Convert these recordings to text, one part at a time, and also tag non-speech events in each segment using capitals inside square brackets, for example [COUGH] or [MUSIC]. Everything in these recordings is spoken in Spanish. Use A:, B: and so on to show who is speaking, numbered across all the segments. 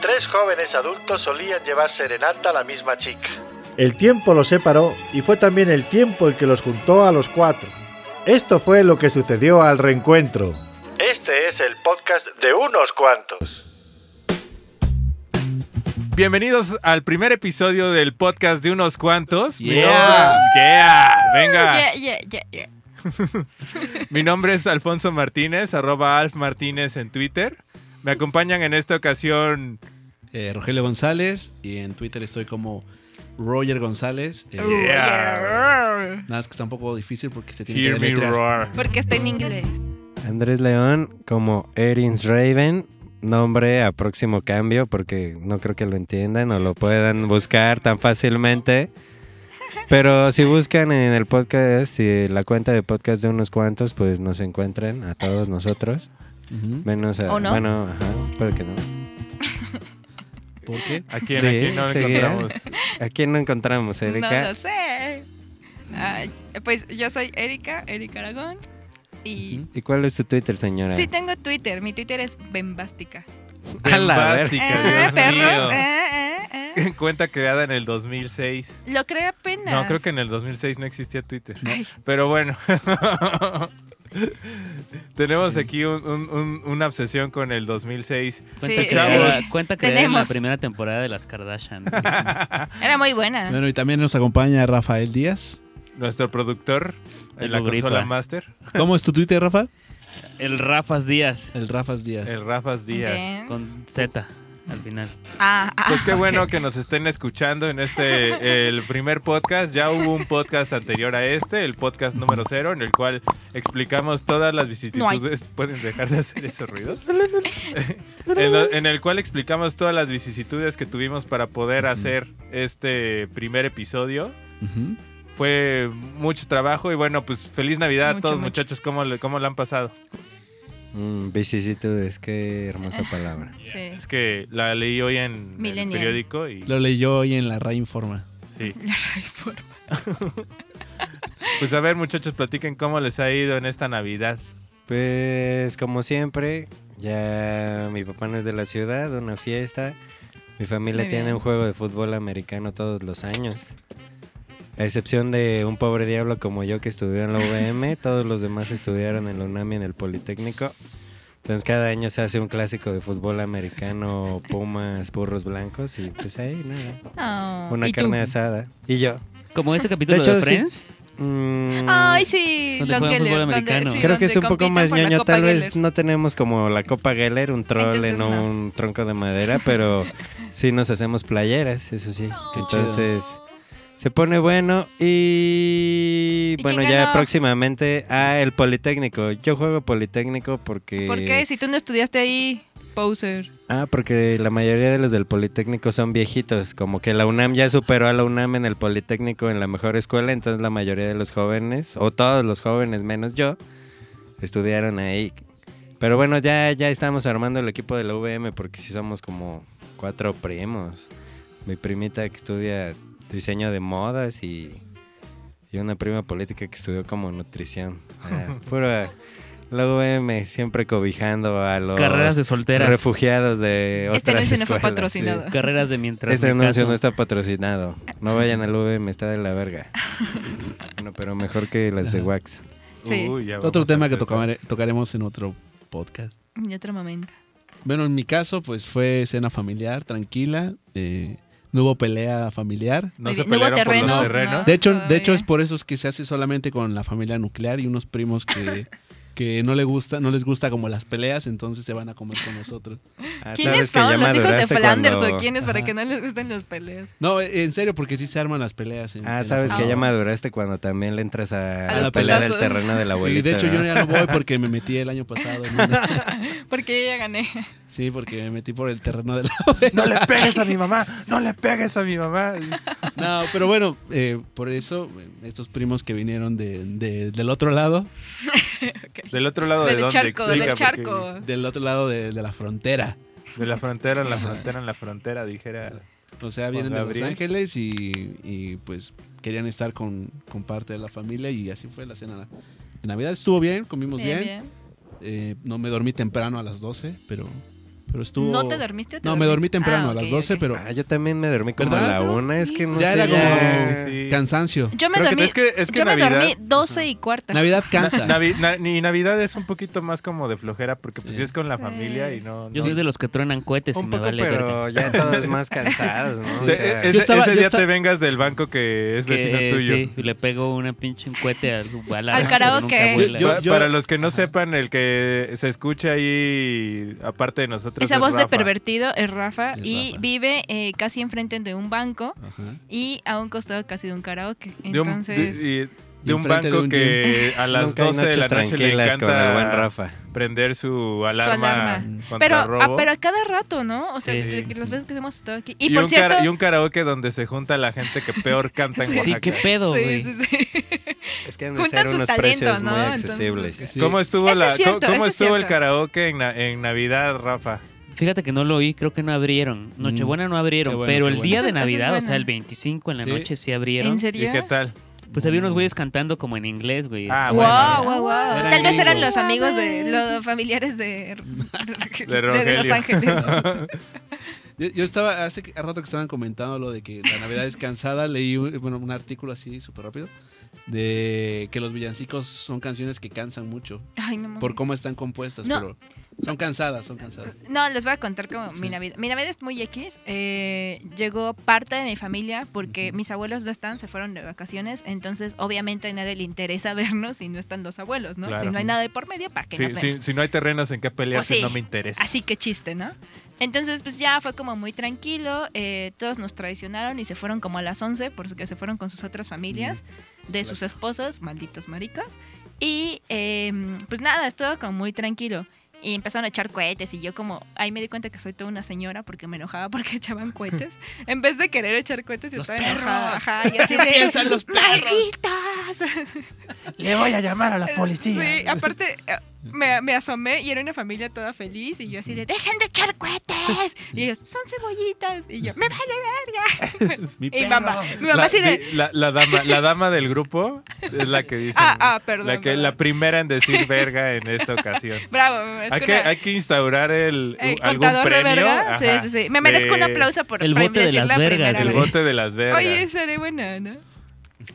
A: Tres jóvenes adultos solían llevar serenata a la misma chica.
B: El tiempo los separó y fue también el tiempo el que los juntó a los cuatro. Esto fue lo que sucedió al reencuentro.
A: Este es el podcast de unos cuantos.
C: Bienvenidos al primer episodio del podcast de unos cuantos. Mi
D: Yeah.
C: nombre- Yeah, venga.
E: [LAUGHS]
F: Yeah, yeah, yeah, yeah.
C: Mi nombre es Alfonso Martínez, arroba Alf Martínez en Twitter. Me acompañan en esta ocasión.
D: Eh, Rogelio González y en Twitter estoy como Roger González. Eh,
C: Uh.
D: Nada, es que está un poco difícil porque se tiene
C: Hear
D: que
C: me
D: deletrear.
C: roar.
F: Porque está en inglés.
E: Andrés León como Erins Raven, nombre a próximo cambio porque no creo que lo entiendan o lo puedan buscar tan fácilmente. Pero si buscan en el podcast y la cuenta de podcast de unos cuantos, pues nos encuentran a todos nosotros.
D: Ujú.
E: Menos a...
F: ¿O no?
E: Bueno, ajá, puede que no.
D: ¿Por qué?
C: ¿A quién? ¿A
E: Sí,
C: quién no lo
E: sí, ¿eh?
C: encontramos?
E: ¿A quién no encontramos,
F: No
E: Erika?
F: lo sé. Ay, pues yo soy Erika, Erika Aragón. Y
E: ¿Y cuál es tu Twitter, señora?
F: sí tengo Twitter. Mi Twitter es Bembástica.
E: A la verga.
C: Bombástica,
F: Eh,
C: Dios
F: perros.
C: mío.
F: eh, eh, eh.
C: [LAUGHS] Cuenta creada en el 2006.
F: Lo creé apenas.
C: No, creo que en el 2006 no existía Twitter. Pero bueno. [LAUGHS] Tenemos aquí un- un- un- una obsesión con el 2006.
G: Cuenta,
F: Sí,
G: que era-
F: sí.
G: cuenta que era en la
F: Tenemos.
G: primera temporada de las Kardashian. [LAUGHS]
F: Era muy buena.
D: Bueno, y también nos acompaña
C: [LAUGHS]
D: Rafael Díaz.
C: Nuestro productor en
G: Tengo
C: la consola
G: gripa.
C: Master,
D: ¿Cómo es tu Twitter, Rafa?
G: El Rafas Díaz
D: El Rafas Díaz.
C: el Rafas Díaz.
F: Bien.
G: con Z al final.
F: Ah, ah,
C: Pues qué bueno que nos estén escuchando en este, el primer podcast. Ya hubo un podcast anterior a este, el podcast número cero, en el cual explicamos todas las vicisitudes. ¿Pueden dejar de hacer esos ruidos? [LAUGHS] en, lo- en el cual explicamos todas las vicisitudes que tuvimos para poder hacer este primer episodio.
D: Ujú.
C: Fue mucho trabajo y bueno, pues feliz Navidad a
F: Mucho,
C: todos
F: mucho.
C: muchachos. ¿Cómo, le- ¿Cómo la han pasado?
E: Mm, vicisitudes, qué hermosa palabra.
F: sí.
C: Es que la leí hoy en el
F: Millennial.
C: periódico y...
D: Lo leí yo hoy en la RAI Informa.
C: Sí.
F: La reforma.
C: Pues a ver, muchachos, platiquen cómo les ha ido en esta Navidad.
E: Pues como siempre, ya mi papá no es de la ciudad, una fiesta. Mi familia
F: Muy
E: tiene
F: bien.
E: un juego de fútbol americano todos los años. A excepción de un pobre diablo como yo que estudió en la
F: [LAUGHS]
E: UVM, todos los demás estudiaron en la UNAM y en el Politécnico. Entonces cada año se hace un clásico de fútbol americano, pumas, burros blancos y pues ahí nada.
F: Ah,
E: Una
F: ¿y tú?
E: carne asada. Y yo.
G: Como ese capítulo de,
E: hecho, sí.
G: Friends.
E: Mm,
F: Ay, sí.
G: Donde
F: Los
G: juegan
F: Geller,
G: fútbol
F: donde-
G: americano.
F: sí,
E: Creo
F: donde
E: que es un poco
F: compitan
E: más
F: por la
E: ñoño,
F: Copa
E: tal vez
F: Geller.
E: no tenemos como la Copa Geller, un troll
F: Entonces,
E: en
F: no.
E: un tronco de madera,
F: [LAUGHS]
E: pero sí nos hacemos playeras, eso sí.
F: Qué
D: chido.
E: Entonces se pone bueno y,
F: ¿Y
E: bueno,
F: quién
E: ya
F: ganó?
E: próximamente a el Politécnico. Yo juego Politécnico porque
C: Eh,
F: ¿Por qué? Si tú no estudiaste ahí, poser.
E: Ah, porque la mayoría de los del Politécnico son viejitos, como que la UNAM ya superó a la UNAM en el Politécnico en la mejor escuela, entonces la mayoría de los jóvenes, o todos los jóvenes menos yo, estudiaron ahí. Pero bueno, ya, ya estamos armando el equipo de la UVM porque sí somos como cuatro primos. Mi primita que estudia diseño de modas y, y una prima política que estudió como nutrición.
G: [LAUGHS]
E: Ah, pura- la UVM siempre cobijando a los
G: Carreras de solteras.
E: refugiados de
F: Este
E: otras
F: anuncio no fue
E: escuelas,
F: patrocinado.
E: sí.
G: Carreras de mientras.
E: Este
G: me
E: anuncio
G: caso.
E: no está patrocinado. No vayan al VM, está de la verga. Bueno, pero mejor que las de Wax.
F: Sí.
C: Uy, ya
D: Otro
C: vamos a
D: tema que
C: empezar.
D: tocamare- tocaremos en otro podcast.
F: Y otro momento.
D: Bueno, en mi caso, pues fue cena familiar, tranquila. eh, no hubo pelea familiar.
C: No
F: Muy
C: se
F: bien. No hubo
C: pelearon por los
F: terrenos,
C: terrenos.
F: ¿no?
D: De hecho, de
F: Todavía.
D: hecho es por eso es que se hace solamente con la familia nuclear y unos primos que, que no le gusta, no les gusta como las peleas, entonces se van a comer con nosotros.
E: Ah,
F: ¿Quiénes
E: ¿sabes que ya
F: son los hijos de
E: maduraste
F: Flanders
E: cuando-
F: o quiénes para
D: Ajá.
F: que no les gusten los peleas?
D: No, en serio, porque sí se arman las peleas. en- en
E: Ah,
D: la
E: sabes que
D: familia.
E: ya maduraste cuando también le entras a,
F: A
E: a
D: los
E: pelear el
F: putazos.
E: terreno del
D: Y
E: abuelito.
D: de hecho yo
E: ¿no?
D: ya no voy porque me metí el
E: [LAUGHS]
D: año pasado. en una-
F: Porque yo ya gané.
D: Sí, porque me metí por el terreno de la [LAUGHS]
C: No le pegues a mi mamá, no le pegues a mi mamá.
D: No, pero bueno, eh, por eso eh, estos primos que vinieron de- de- del otro lado,
C: Del otro lado de
F: [LAUGHS] Del
C: dónde
F: charco,
C: Explica,
F: del
C: porque-
F: charco.
D: del otro lado de, de la frontera.
C: De la frontera en la frontera en la frontera, dijera.
D: O sea, vienen de Los
C: Gabriel.
D: Ángeles y, y, pues querían estar con, con parte de la familia y así fue la cena. De Navidad estuvo bien, comimos bien.
F: Bien, bien.
D: Eh, no me dormí temprano a las 12, pero, Pero estuvo.
F: ¿No te dormiste o te
D: No, me dormí
F: dormiste?
D: temprano,
F: Ah,
D: a
F: ok,
D: las 12,
F: ok.
D: pero
E: Ah, yo también me dormí como
D: ¿Verdad?
E: a la una. Es que no
D: ya
E: sé.
D: era
C: ya.
D: como
C: Sí.
F: [LAUGHS]
D: cansancio.
F: Yo me
C: Creo que-
F: dormí.
C: es que- es que
F: yo me
C: Navidad-
F: dormí 12 y cuarta.
D: Navidad cansa.
C: Navi- na- ni Navidad es un poquito más como de flojera porque pues
D: Sí.
C: si es con la
F: Sí.
C: familia y no...
G: Yo
C: no-
G: soy de los que truenan cohetes y
E: Un
G: me
E: poco,
G: vale verga.
E: pero ya todos más
C: [LAUGHS]
E: cansados, ¿no? O
C: Te- e,
E: sea,
C: ese
D: Yo estaba-
C: ese
D: yo
C: día
D: esta-
C: te vengas del banco que es vecino
G: Que,
C: tuyo.
G: sí, le pego una pinche un
F: [LAUGHS]
G: cohete al, a la-
F: Al
G: pero
F: karaoke.
G: nunca vuela.
C: Pa-
D: Yo- yo-
C: Para los que no sepan, el que se escucha ahí, aparte de nosotros,
F: Esa
C: es
F: voz de
C: Rafa.
F: pervertido es Rafa
D: Es
F: y
D: Rafa.
F: vive eh, casi enfrente de un banco
D: Ajá.
F: y a un costado casi de un karaoke.
C: De un,
F: Entonces,
C: de- y- de
D: Y
C: un
D: enfrente
C: banco
D: de un
C: que a las
E: nunca hay
C: 12 de la
E: noches
C: noche le
E: tranquilas con el buen
C: encanta
E: Rafa.
C: prender su alarma,
F: alarma.
C: contra
F: pero,
C: robo.
F: ah, pero a cada rato, ¿no? O sea,
G: Sí.
F: de- de las veces que hemos estado aquí.
C: y,
F: Y, por
C: un cara-
F: cierto.
C: y un karaoke donde se junta la gente que
F: [LAUGHS]
C: peor canta en
F: Sí.
G: Sí,
C: Oaxaca.
G: qué pedo, güey.
F: Sí, sí, sí.
E: Es que han de
F: Juntan
E: ser
F: sus
E: unos
F: talentos,
E: precios
F: ¿no?
E: muy
F: Entonces,
E: accesibles.
C: [LAUGHS]
D: Sí.
C: ¿Cómo estuvo,
F: Eso
C: la,
F: es cierto,
C: ¿cómo, cómo
F: eso es
C: estuvo el
F: cierto.
C: karaoke en, na- en Navidad, Rafa?
G: Fíjate que no lo oí, creo que no abrieron. Nochebuena no abrieron,
D: Qué bueno,
G: pero
D: qué
G: el
D: bueno.
G: día
F: Eso
G: de
F: es- eso es
G: Navidad, o
F: bueno.
G: sea, el 25 en la
D: Sí.
G: noche sí
F: ¿En
G: abrieron.
F: serio? Mm.
C: ¿Y qué tal?
G: Pues había unos güeyes cantando como en inglés, güey.
C: Ah,
G: así,
F: Wow,
C: bueno.
F: wow, wow.
D: Eran
F: Tal vez eran
D: gringos.
F: los amigos de los familiares de, de- de
C: Rogelio.
F: Los Ángeles.
C: [LAUGHS]
D: Yo, yo estaba, hace que- a rato que estaban comentando lo de que la Navidad es cansada, leí un, bueno, un artículo así súper rápido de que los villancicos son canciones que cansan mucho
F: Ay, no mames.
D: por cómo están compuestas,
F: No.
D: pero son cansadas, son cansadas.
F: No, les voy a contar como mi Navidad. Mi Navidad es muy X. eh, llegó parte de mi familia porque mis abuelos no están, se fueron de vacaciones. Entonces, obviamente, a nadie le interesa [LAUGHS] vernos si no están los abuelos, ¿no?
C: Claro.
F: Si no hay nada de por medio, ¿para qué
C: Si,
F: nos
C: si-
F: vemos?
C: si no hay terrenos en qué pelearse,
F: Pues sí.
C: no me interesa.
F: Así que chiste, ¿no? Entonces, pues ya fue como muy tranquilo. eh, todos nos traicionaron y se fueron como a las 11, por eso que se fueron con sus otras familias,
D: Mm,
F: de sus esposas, malditos maricas. Y eh, pues nada, estuvo como muy tranquilo. Y empezaron a echar cohetes y yo como, ahí me di cuenta que soy toda una señora porque me enojaba porque [LAUGHS] echaban cohetes. En vez de querer echar cohetes, yo
D: Los
F: estaba
D: perros.
F: enojada. Ajá,
D: [LAUGHS]
F: y así de,
D: piensan los perros?
F: ¡Malditas!
H: Le voy a llamar a la policía.
F: Eh, Sí, aparte eh, me, me asomé y era una familia toda feliz y yo así de dejen de echar cohetes y ellos son cebollitas y yo me
C: [LAUGHS]
F: vale verga
D: Mi
F: y mamá mi mamá
C: la,
F: así de
C: di- la- la dama, la dama del grupo es la que dice.
F: [LAUGHS] ah ah perdón,
C: la, que,
F: perdón.
C: la primera en decir verga en esta
F: [LAUGHS]
C: ocasión.
F: bravo me merezco
C: Hay que,
F: una-
C: hay que instaurar el,
F: el
C: algún
F: contador
C: premio.
F: de verga sí
C: ajá,
F: sí sí me merezco un
C: de-
F: aplauso por
G: El
F: por
G: bote de
F: decir
G: las
F: la
G: vergas,
F: primera
C: El
F: vez.
C: bote de las vergas.
F: Oye, seré buena, ¿no?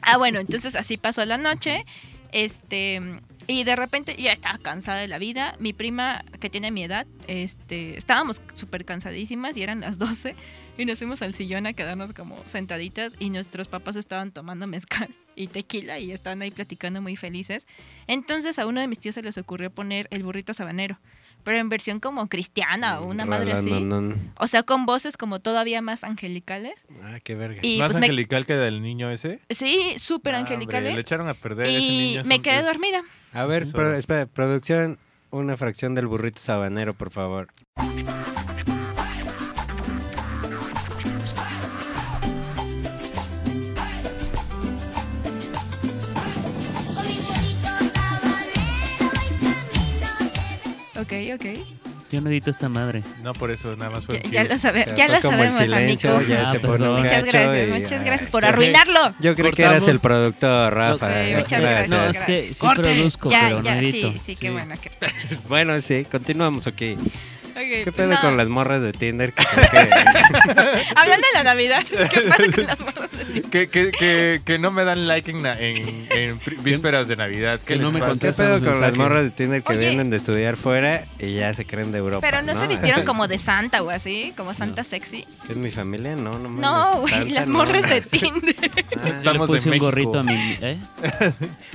F: Ah, bueno, entonces así pasó la noche. Este. Y de repente ya estaba cansada de la vida. Mi prima, que tiene mi edad, este, estábamos súper cansadísimas y eran las 12. Y nos fuimos al sillón a quedarnos como sentaditas. Y nuestros papás estaban tomando mezcal [LAUGHS] y tequila y estaban ahí platicando muy felices. Entonces a uno de mis tíos se les ocurrió poner el burrito sabanero. Pero en versión como cristiana o Ah, una madre
E: Rola,
F: así.
E: no, no, no.
F: O sea, con voces como todavía más angelicales.
E: Ah, qué verga.
F: Y
C: Más
F: pues me
C: angelical que del niño ese.
F: Sí, súper
C: Ah,
F: angelical.
C: hombre,
F: ¿eh?
C: Le echaron a perder ese
F: Y
C: niño. es
F: me
C: un-
F: quedé
E: pues
C: es-
F: dormida.
E: A ver,
C: Eso
E: pro-
C: era.
E: espera, producción, una fracción del burrito sabanero, por favor.
F: Ok, ok.
G: Yo no edito esta madre.
C: No, por eso nada más fue.
E: Pues
F: Ya,
C: un
F: ya
C: cue.
F: lo, sabe-
E: O sea,
F: ya
E: fue
F: lo
E: como el
F: sabemos,
E: silencio,
F: amigo.
E: ya
G: Ah,
E: se pone
G: perdón.
E: un
F: Muchas
E: gacho
F: gracias,
E: y-
F: muchas
E: ay,
F: gracias por
E: yo creí-
F: arruinarlo.
E: Yo creo que eras el productor, Rafa.
F: Ok, eh, muchas gracias.
G: No, es
F: gracias.
G: que sí
H: ¡Corte!
G: produzco,
F: Ya,
G: pero
F: ya,
G: no edito.
F: sí, sí, qué bueno. Que, [LAUGHS]
E: Bueno, sí, continuamos aquí.
F: ok,
E: ¿Qué pedo
F: Eh, no,
E: con las morras de Tinder? Que creo que-
F: Hablando de la
E: [LAUGHS]
F: Navidad, ¿qué pasa con las morras de ti?
C: Que, que, que, que no me dan like en, na- en, en pr- vísperas de Navidad. ¿Qué
D: que no
C: les
D: me
C: pasa?
E: ¿Qué
D: contestan
E: pedo
D: los
E: con las
D: mensajes.
E: morras de Tinder que
F: Oye.
E: vienen de estudiar fuera y ya se creen de Europa?
F: Pero no se vistieron como de santa o así, como santa sexy.
E: ¿En mi familia? No, no mames,
F: No, güey,
E: Santa,
F: las
E: no
F: morras de
E: mames.
F: Tinder. [LAUGHS]
E: Ah,
G: Yo le
C: Estamos
G: puse
C: en
G: un
C: México.
G: gorrito a mi... ¿eh?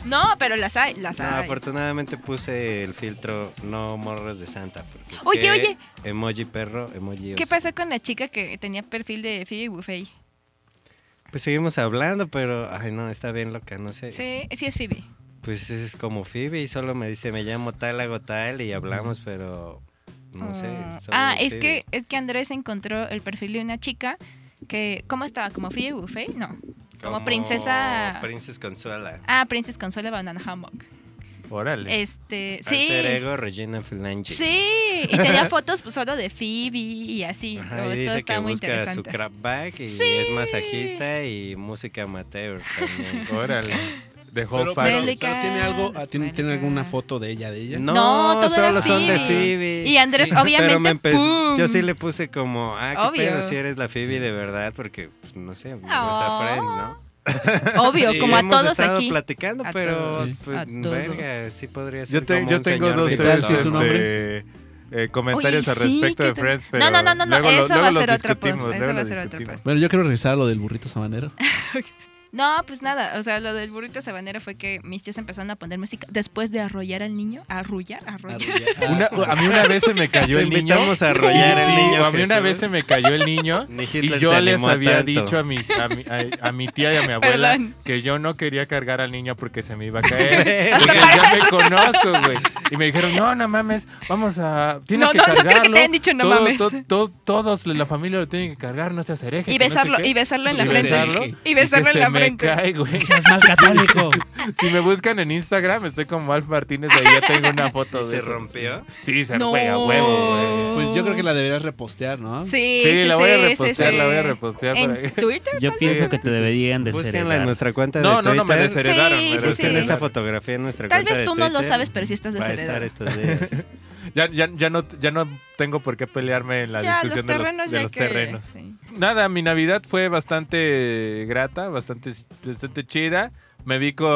F: No, pero las hay, las
E: No,
F: hay.
E: afortunadamente puse el filtro no morras de Santa. Porque
F: Oye,
E: qué
F: oye.
E: Emoji perro, emoji.
F: ¿Qué
E: oso.
F: pasó con la chica que tenía perfil de Phoebe Buffet?
E: Pues seguimos hablando, pero ay no, está bien loca, no sé.
F: Sí, sí es Phoebe.
E: Pues es como Phoebe y solo me dice, me llamo tal, hago tal y hablamos, pero no sé.
F: Ah,
E: solo
F: Ah, es
E: Phoebe.
F: que, es que Andrés encontró el perfil de una chica que. ¿Cómo estaba? ¿Como Fille Buffet? No. Como, princesa.
E: Princesa Consuela.
F: ah, Princess Consuela Banana Hammock.
C: Órale.
F: Este.
E: Alter
F: Sí.
E: ego Regina Filange.
F: Sí. Y
E: [LAUGHS]
F: tenía fotos pues, solo de Phoebe y así.
E: Ajá,
F: Todo,
E: y
F: todo
E: dice que
F: estaba muy
E: busca su
F: interesante.
E: crap back y
F: Sí. [LAUGHS]
E: es masajista y música amateur también.
C: [LAUGHS] Órale. The
D: Pero,
C: Whole
D: pero- pero
C: Fire.
F: Delicada,
D: tiene algo, ah, tiene, tiene alguna
F: suelta.
D: foto de ella, de ella.
E: No,
F: No, todo
E: solo
F: era
E: son de
F: Phoebe.
E: Phoebe.
F: Y Andrés,
E: [LAUGHS] Pero me
F: obviamente,
E: empezó-
F: ¡pum!
E: yo sí le puse como, ah, qué
F: Obvio.
E: pedo si eres la Phoebe de verdad, porque pues, no sé, me gusta
F: Aw.
E: Friends, ¿no?
F: [LAUGHS] Obvio,
E: Sí,
F: como a
E: hemos
F: todos
E: estado
F: aquí.
E: platicando,
F: A
E: pero
F: todos, sí.
E: pues
F: a todos.
E: verga, sí podría ser.
C: Yo, te-
E: como
C: yo
E: un
C: tengo
E: señor
C: dos,
E: de
C: tres
D: si
E: edad,
D: es un
E: ¿no?
C: este, eh, comentarios
F: Oye,
C: al
F: sí,
C: respecto
F: ¿qué
C: de
F: te-
C: Friends, pero
F: No, no, no, no, no,
C: luego lo-
F: eso
C: luego
F: va a
C: los
F: ser otro post.
C: discutimos,
F: Eso
C: luego
F: va a
C: los
F: ser otro
C: discutimos.
F: post.
D: Bueno, yo quiero regresar a lo del burrito
F: [LAUGHS]
D: sabanero.
F: No, pues nada, o sea, lo del burrito sabanero fue que mis tíos empezaron a poner música después de arrollar al niño, arrullar,
D: Ah,
F: arrollar.
E: [LAUGHS]
C: Una- a mí una vez se [LAUGHS] me cayó
E: Te
C: el niño.
E: invitamos a arrollar al
C: Sí,
E: niño,
C: A mí una
E: Jesús.
C: vez se me cayó el [LAUGHS] niño.
E: Ni Hitler
C: Y yo
E: se
C: les
E: animó
C: había
E: tanto.
C: dicho a, mis, a, mi, a- a mi tía y a mi abuela
F: Perdón.
C: que yo no quería cargar al niño porque se [LAUGHS] me iba a caer.
E: Hasta
C: porque ya me conozco, güey. Y me dijeron, no, no mames, vamos a. Tienes
F: No,
C: que
F: no, no creo que
C: cargarlo.
F: te hayan dicho, "No mames".
C: to- todos la familia lo tienen que cargar, no seas hereje.
F: Y
C: que no sé
F: besarlo,
C: qué".
F: y besarlo en la
C: Y
F: frente.
C: besarlo,
F: Y besarlo
C: que
F: en la
C: Se me
F: frente.
C: cae, güey.
E: [LAUGHS]
D: Seas más católico.
C: Si me buscan en Instagram, estoy como Alf Martínez. Ahí ya tengo una foto
E: [LAUGHS] ¿Y
C: de
E: se
C: eso.
E: rompió?
C: Sí, se
F: No.
C: fue a huevo, güey.
D: Pues yo creo que la deberías repostear, ¿no?
F: Sí,
C: Sí, la voy a
F: sí, sí,
C: repostear,
F: sí.
C: la voy a repostear. para
F: En
C: que- [LAUGHS]
F: Twitter.
G: Yo pienso que te deberían de
E: Búsquenla en
G: ser.
E: nuestra cuenta de
C: No, no,
E: Twitter.
C: no, me desheredaron. me
F: Sí, sí, sí.
E: Busquen
C: desheredaron.
E: esa fotografía en nuestra
F: Tal
E: cuenta
F: vez
E: de
F: tú no lo
E: Twitter.
F: sabes, pero sí estás
E: Va a estar
F: desheredado.
E: estos días.
C: Ya, ya, ya no, ya no tengo por qué pelearme en la
F: Ya, los
C: discusión de los-
F: terrenos
C: de
F: ya
C: los
F: que-
C: terrenos.
F: sí.
C: Nada, mi Navidad fue bastante grata, bastante, bastante chida. Me vi con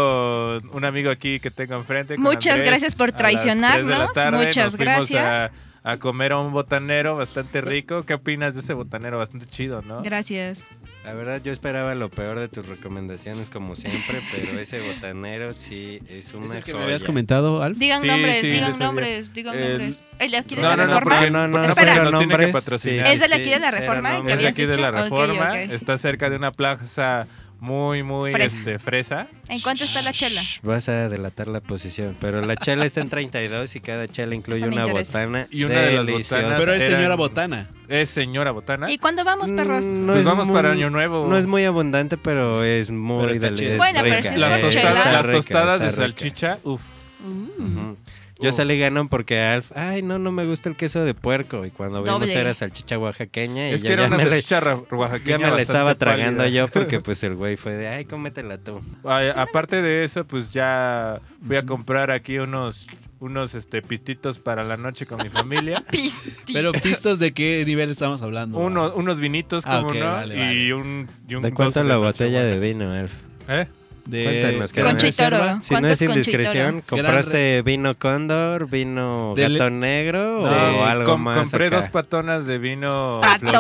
C: un amigo aquí que tengo enfrente. con
F: Muchas
C: Andrés,
F: gracias por
C: a las tres de la
F: traicionarnos,
C: tarde.
F: muchas
C: Nos fuimos
F: gracias.
C: A, a comer a un botanero bastante rico. ¿Qué opinas de ese botanero? Bastante chido, ¿no?
F: Gracias.
E: La verdad, yo esperaba lo peor de tus recomendaciones, como siempre, pero ese botanero sí es
D: Es
E: una
D: el que me
E: joya.
D: habías comentado, Alf.
F: Digan
C: Sí,
F: nombres,
C: sí,
F: digan
C: les había-
F: nombres, digan
C: El-
F: nombres. ¿El de aquí de
C: No,
F: la
C: no, no,
F: reforma?
C: porque-
E: no, no,
F: Espera.
C: Nos
E: pero
C: tiene que
E: nombres,
C: patrocinar.
F: ¿Es de la aquí de la
E: sí,
F: reforma?
E: cero
F: ¿Que
C: Es
F: habías
E: nombres.
C: aquí de la
F: dicho? Ok,
C: reforma.
F: ok.
C: Está cerca de una plaza muy, muy
F: Fresa.
C: este, fresa.
F: ¿En cuánto está la chela?
E: Shh, Vas a delatar la posición, pero la chela está en 32 y cada chela incluye
F: Eso me
E: una
F: interesa.
E: botana
C: Y una de las
E: deliciosa.
C: botanas-
D: Pero es
C: Eran-
D: señora Botana.
C: Es señora botana.
F: ¿Y cuándo vamos, perros?
E: Mm,
C: Pues
E: es
C: vamos
E: muy-
C: para Año Nuevo.
E: No es muy abundante, pero es muy
D: Pero está
E: deli-
D: chida.
E: es
F: Bueno, pero
E: rica.
F: sí
C: Las
F: Está
C: tostadas,
F: rica,
C: las
E: rica,
C: tostadas
E: está
C: de
E: rica.
C: salchicha, uff.
F: Mm.
E: Ujú. Yo
C: Uf.
E: salí ganón porque Alf, ay, no, no me gusta el queso de puerco. Y cuando vimos
F: Doble.
E: era salchicha oaxaqueña. Y
C: Es
E: ya,
C: que era
E: ya
C: una
E: me la-
C: salchicha ra-
E: ya
C: oaxaqueña
E: me la
C: bastante
E: estaba tragando
C: pálida. [LAUGHS]
E: yo porque pues el güey fue de, ay, cómetela tú.
C: Ay, aparte de eso, pues ya fui a comprar aquí unos unos este pistitos para la noche con mi
E: [LAUGHS]
C: familia.
F: Pisti.
D: Pero pistas de qué nivel estamos hablando.
C: Uno, unos vinitos,
D: Ah,
C: como
D: ok,
C: no,
D: vale,
C: y un y un
E: ¿De cuánto
C: vaso
E: la
C: noche
E: botella
C: buena.
E: de vino, Alf?
C: ¿Eh?
D: De
E: Cuéntanos, ¿qué
D: Gran
E: tal?
F: Conchitoro.
D: Reserva.
E: Si no
F: ¿Cuántos
E: es
F: con
E: indiscreción,
F: Chitorro?
E: ¿compraste vino cóndor, vino
D: Del-
E: gato negro
C: No,
E: o Oh, algo
C: com-
E: más?
C: compré
E: acá?
C: dos patonas de vino
F: ¿Patonas?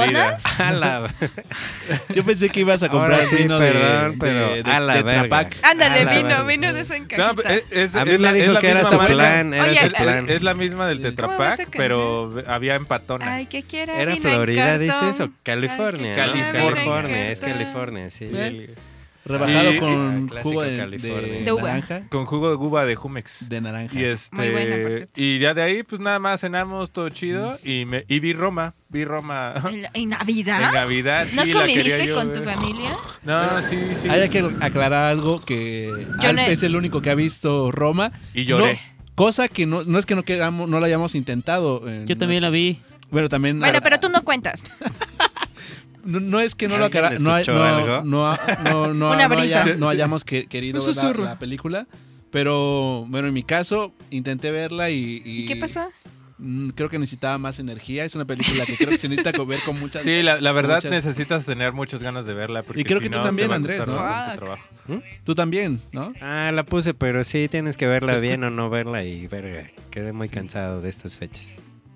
C: Florida.
E: [LAUGHS] A la-
D: Yo pensé que ibas a comprar
E: Ahora sí,
D: vino
E: perdón,
D: de,
E: pero
D: de, de-
E: a la
D: de
E: verga.
D: Trapac.
F: Ándale,
E: A la
F: vino,
E: verga.
F: vino de esa
C: No, pues, eh,
F: encajita.
C: es, es-
E: A mí
C: es
E: me
C: la- es
E: dijo
C: la
E: que era
C: misma
E: su
C: marca.
E: plan, era
F: Oye,
E: su
F: el-
E: plan.
C: Es, es la misma del
D: ¿Cómo
C: Tetra
F: vas a
C: Pak, pero había en patona.
F: Ay, ¿qué quiera?
E: Era
F: vino en
E: Florida, dices, o
F: cartón.
E: California.
F: Ay, qué quiera,
E: ¿no?
C: California.
F: vino en
E: California, es
F: cartón.
E: California, sí.
D: Bien. Rebajado
C: Y-
D: con
E: Clásico
D: jugo de,
E: California.
D: de
F: De uva.
D: naranja.
C: Con jugo de uva de Jumex.
D: De naranja.
C: Y este
F: Muy buena, por cierto.
C: y ya de ahí pues nada más cenamos todo chido y me y vi Roma, vi Roma
F: ¿En, la- en
C: [LAUGHS] en
F: Navidad?
C: Navidad.
F: Ah. ¿No
C: sí, la quería
F: conviviste
C: yo eh.
F: con tu
C: ver.
F: familia?
C: No, sí, sí.
D: Hay que aclarar algo que
F: Yo
D: Alf
F: no-
D: es el único que ha visto Roma.
C: Y lloré.
D: No, cosa que no, no es que no queramos, no la hayamos intentado. en-
G: Yo también la vi.
D: Bueno, también.
F: Bueno, pero tú no cuentas.
D: No, no es que no lo
E: ¿Alguien
D: aclara- no, hay-
E: escuchó
D: no-
E: algo?
D: no-
F: [LAUGHS]
D: no- no-
F: Una
D: no
F: brisa.
D: haya- no
C: Sí, sí.
D: hayamos que- querido
F: Un
D: ver la,
F: susurro.
D: la película. Pero bueno, en mi caso intenté verla y, y-
F: ¿Y qué pasó?
D: mm, creo que necesitaba más energía. Es una película que creo que se necesita co- ver con muchas.
C: Sí, la, la verdad
D: muchas-
C: necesitas tener muchas ganas de verla porque
D: Y creo
C: si
D: que tú
C: no,
D: también,
C: te va a
D: Andrés,
C: costar
D: ¿no?
C: bastante
F: Fuck.
C: trabajo.
D: Tú también, ¿no?
E: Ah, la puse, pero sí tienes que verla bien o no verla y verga. Quedé muy cansado de estas fechas.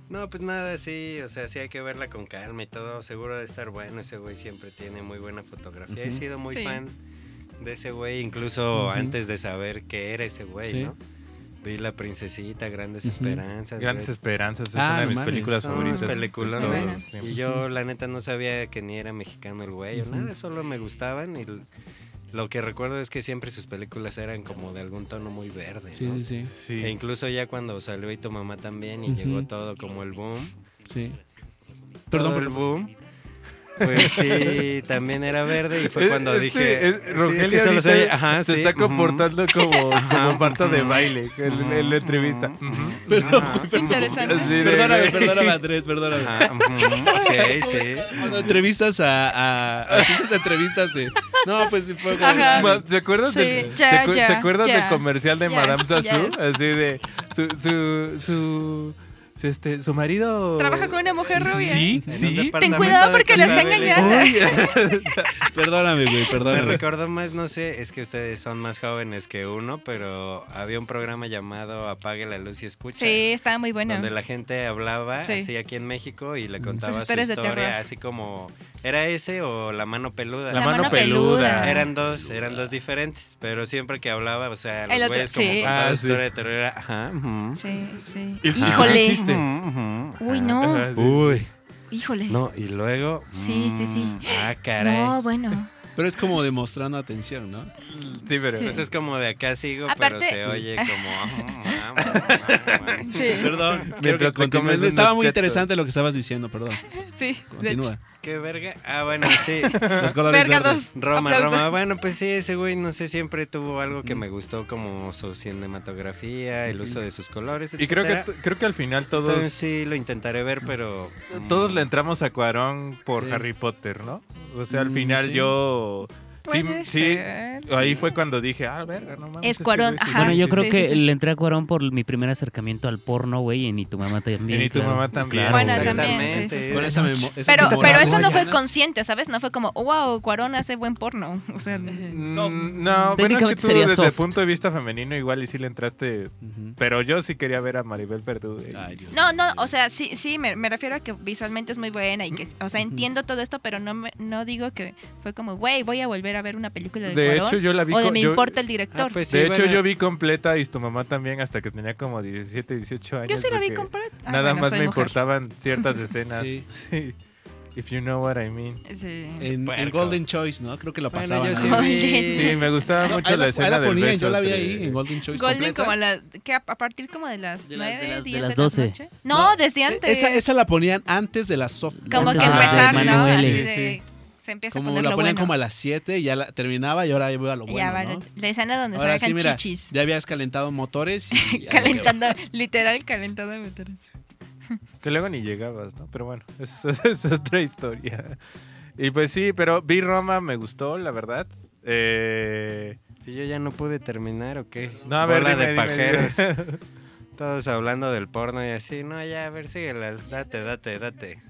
E: No, pues nada, sí, o sea, sí hay que verla con calma y todo. Seguro de estar bueno. Ese güey siempre tiene muy buena fotografía. He
D: Ujú.
E: sido muy
F: Sí.
E: fan de ese güey, incluso antes de saber que era ese güey,
D: Sí.
E: ¿no? Vi La Princesita, Grandes
D: Ujú.
E: Esperanzas.
C: Grandes
E: güey.
C: Esperanzas es
D: Ah,
C: una de
D: no
C: mis
D: mames.
C: películas
E: No,
C: favoritas. este
E: peliculón.
C: de todos
F: Bueno.
C: los tiempos.
E: Y yo la neta no sabía que ni era mexicano el güey o nada, solo me gustaban y l- lo que recuerdo es que siempre sus películas eran como de algún tono muy verde.
D: Sí,
E: ¿no?
D: sí, sí.
C: Sí.
E: E incluso ya cuando salió y tu mamá también y
D: Ujú.
E: llegó todo como el boom.
D: sí. Perdón,
E: todo el
D: perdón.
E: boom. Pues sí, también era verde y fue cuando
C: Este,
E: dije.
C: es-
E: sí, es
C: Rogelio
E: que solo
C: ahorita
E: soy- ajá,
C: se
E: sí,
C: está
E: ujú.
C: comportando como, como parte de
E: ujú.
C: baile en, en la entrevista. Ujú.
E: Ajá,
F: Interesante.
C: Así de,
D: Perdóname,
C: güey.
D: perdóname, Andrés, perdóname.
E: ajá, ujú, ok, sí.
D: [LAUGHS] Cuando entrevistas a, a, a esas entrevistas de. No, pues sí fue.
F: Ajá.
D: Madame.
C: Ma- ¿Se acuerdan,
F: Sí,
C: del,
F: ya,
C: ¿se acu-
F: ya,
C: ¿se acuerdan
F: ya.
C: del comercial de
F: Yes,
C: Madame Sassou?
F: yes.
C: Así de su su su, su, este, su marido
F: Trabaja con una mujer rubia.
C: Sí,
E: En un
C: sí.
E: departamento
F: cuidado
E: de
F: porque la está
E: Candelaria.
F: engañando.
C: Uy,
F: [LAUGHS]
D: Perdóname, güey,
E: Me
D: perdóname.
E: recordó más, no sé, es que ustedes son más jóvenes que uno, pero había un programa llamado Apague la luz y escucha.
F: Sí, estaba muy bueno.
E: Donde la gente hablaba
F: Sí.
E: así aquí en México y le contaba su
F: historias de terror.
E: historia, así como era ese o la mano peluda.
C: La mano peluda. peluda.
E: Eran dos, eran dos diferentes, pero siempre que hablaba, o sea,
F: El
E: los
F: otro-
E: güeyes como
F: sí.
E: contaban
C: Ah,
E: su
C: sí.
E: historia de terror era, ajá, ujú,
F: Sí, sí.
C: Ajá.
F: Híjole.
C: Existe.
E: ujú, ujú,
F: Uy,
E: ajá.
F: no.
C: Ajá, Ah, sí.
E: Uy,
F: Híjole.
E: no, y luego...
F: Sí, sí, sí.
E: mm, Ah, caray.
F: No, bueno.
D: Pero es como demostrando atención, ¿no?
C: Sí, pero
F: Sí.
E: Pues es como de acá sigo,
F: Aparte-
E: pero se
F: [LAUGHS]
E: oye como...
F: Sí,
D: Perdón.
C: Mientras
D: quiero que
C: te comes
D: continúes.
C: un
D: Estaba muy
C: objeto.
D: interesante lo que estabas diciendo, perdón.
F: sí. de hecho. [LAUGHS]
D: Continúa.
E: ¿Qué verga? Ah, bueno, sí.
D: Los colores
F: Verga
D: verdes.
F: dos.
E: Roma,
F: Aplausos.
E: Roma. Bueno, pues sí, ese güey, no sé, siempre tuvo algo que me gustó, como su cinematografía, el uso de sus colores,
C: y creo que
E: etcétera.
C: t- creo que al final
E: Entonces
C: todos
E: sí lo intentaré ver, pero...
C: todos le entramos a Cuarón por
D: Sí.
C: Harry Potter, ¿no? O sea, al
D: Mm,
C: final
D: sí.
C: yo sí,
F: Puede
C: sí,
F: ser,
C: ahí
F: sí.
C: fue cuando dije, ah, verga, no mames.
F: Es
C: este
F: Cuarón,
C: güey sí-
F: ajá.
G: Bueno,
F: Ah,
G: yo
F: sí,
G: creo
F: sí,
G: que
F: sí.
G: le entré a Cuarón por mi primer acercamiento al porno, güey, y ni tu mamá también.
C: Y Ni tu
G: claro.
C: mamá también.
G: Claro,
F: Bueno,
G: güey.
F: también, sí,
E: Exactamente.
F: sí, sí.
D: Con esa memo- esa
F: Pero, pero
D: memoria.
F: eso no fue
D: Ajá.
F: consciente, ¿sabes? No fue como, wow, Cuarón hace buen porno. O sea,
C: Mm, No, bueno, es que
G: Técnicamente
C: tú
G: sería
C: desde el
G: soft.
C: punto de vista femenino igual y sí le entraste,
D: Ujú.
C: pero yo sí quería ver a Maribel Verdú. eh.
D: Ay, Dios
F: No,
D: mío.
F: no, o sea, sí, sí, me, me refiero a que visualmente es muy buena y que, o sea, entiendo todo esto, pero no, me- no digo que fue como, güey, voy a volver a ver una película de,
C: de
F: Cuarón",
C: hecho, yo la vi
F: o de
C: co-
F: me
C: yo-
F: importa el director.
E: Ah, pues sí,
C: de hecho,
E: bueno.
C: yo vi completa y tu mamá también hasta que tenía como 17, 18 años.
F: yo sí la vi
C: porque
F: completa. Ah,
C: Nada
F: bueno,
C: más
F: soy
C: me
F: mujer.
C: importaban
F: [LAUGHS]
C: ciertas [LAUGHS] escenas.
D: Sí.
C: Sí. If you know what I mean.
F: Eh, Sí.
D: En, en
E: Puerco.
D: Golden Choice, ¿no? Creo que la
E: Bueno,
D: pasaban.
E: yo
D: ¿no?
E: sí
F: Golden.
E: vi-
C: Sí, me gustaba mucho
D: Ahí
C: la
D: ahí
C: escena del
D: ponían,
C: beso
D: yo la vi
C: entre-
D: ahí en Golden Choice.
F: Golden
D: completa.
F: como a la que a, a partir como de las
G: De las- de
F: 9,
G: las- de
F: 10 de,
G: las
F: la
G: 12.
F: noche. No, desde
D: E-
F: antes.
D: Esa, esa la ponían antes de la soft.
F: como
G: antes
F: que
C: de la
F: empezar,
C: de
F: ¿no?
G: Manuel.
F: Así
C: Sí,
F: de se empieza a
D: Como
F: poner
D: la
F: lo
D: ponían
F: bueno.
D: como a las 7 y ya la, terminaba y ahora ahí voy a lo bueno.
F: ya va,
D: ¿no?
F: la escena donde
D: Ahora
F: se
D: sí,
F: dejan
D: mira,
F: chichis.
D: ya habías calentado motores.
F: [LAUGHS]
D: Y
F: Calentando, literal calentando motores.
C: Que luego ni llegabas, ¿no? Pero bueno, [LAUGHS] esa es, esa es otra historia. Y pues sí, pero vi Roma, me gustó, la verdad. Eh,
E: ¿Y yo ya no pude terminar o qué?
C: no, a ver,
E: Bola
C: dime,
E: de
C: dime, dime.
E: pajeros. [LAUGHS] Todos hablando del porno y así, no, ya, a ver, síguela, date, date, date.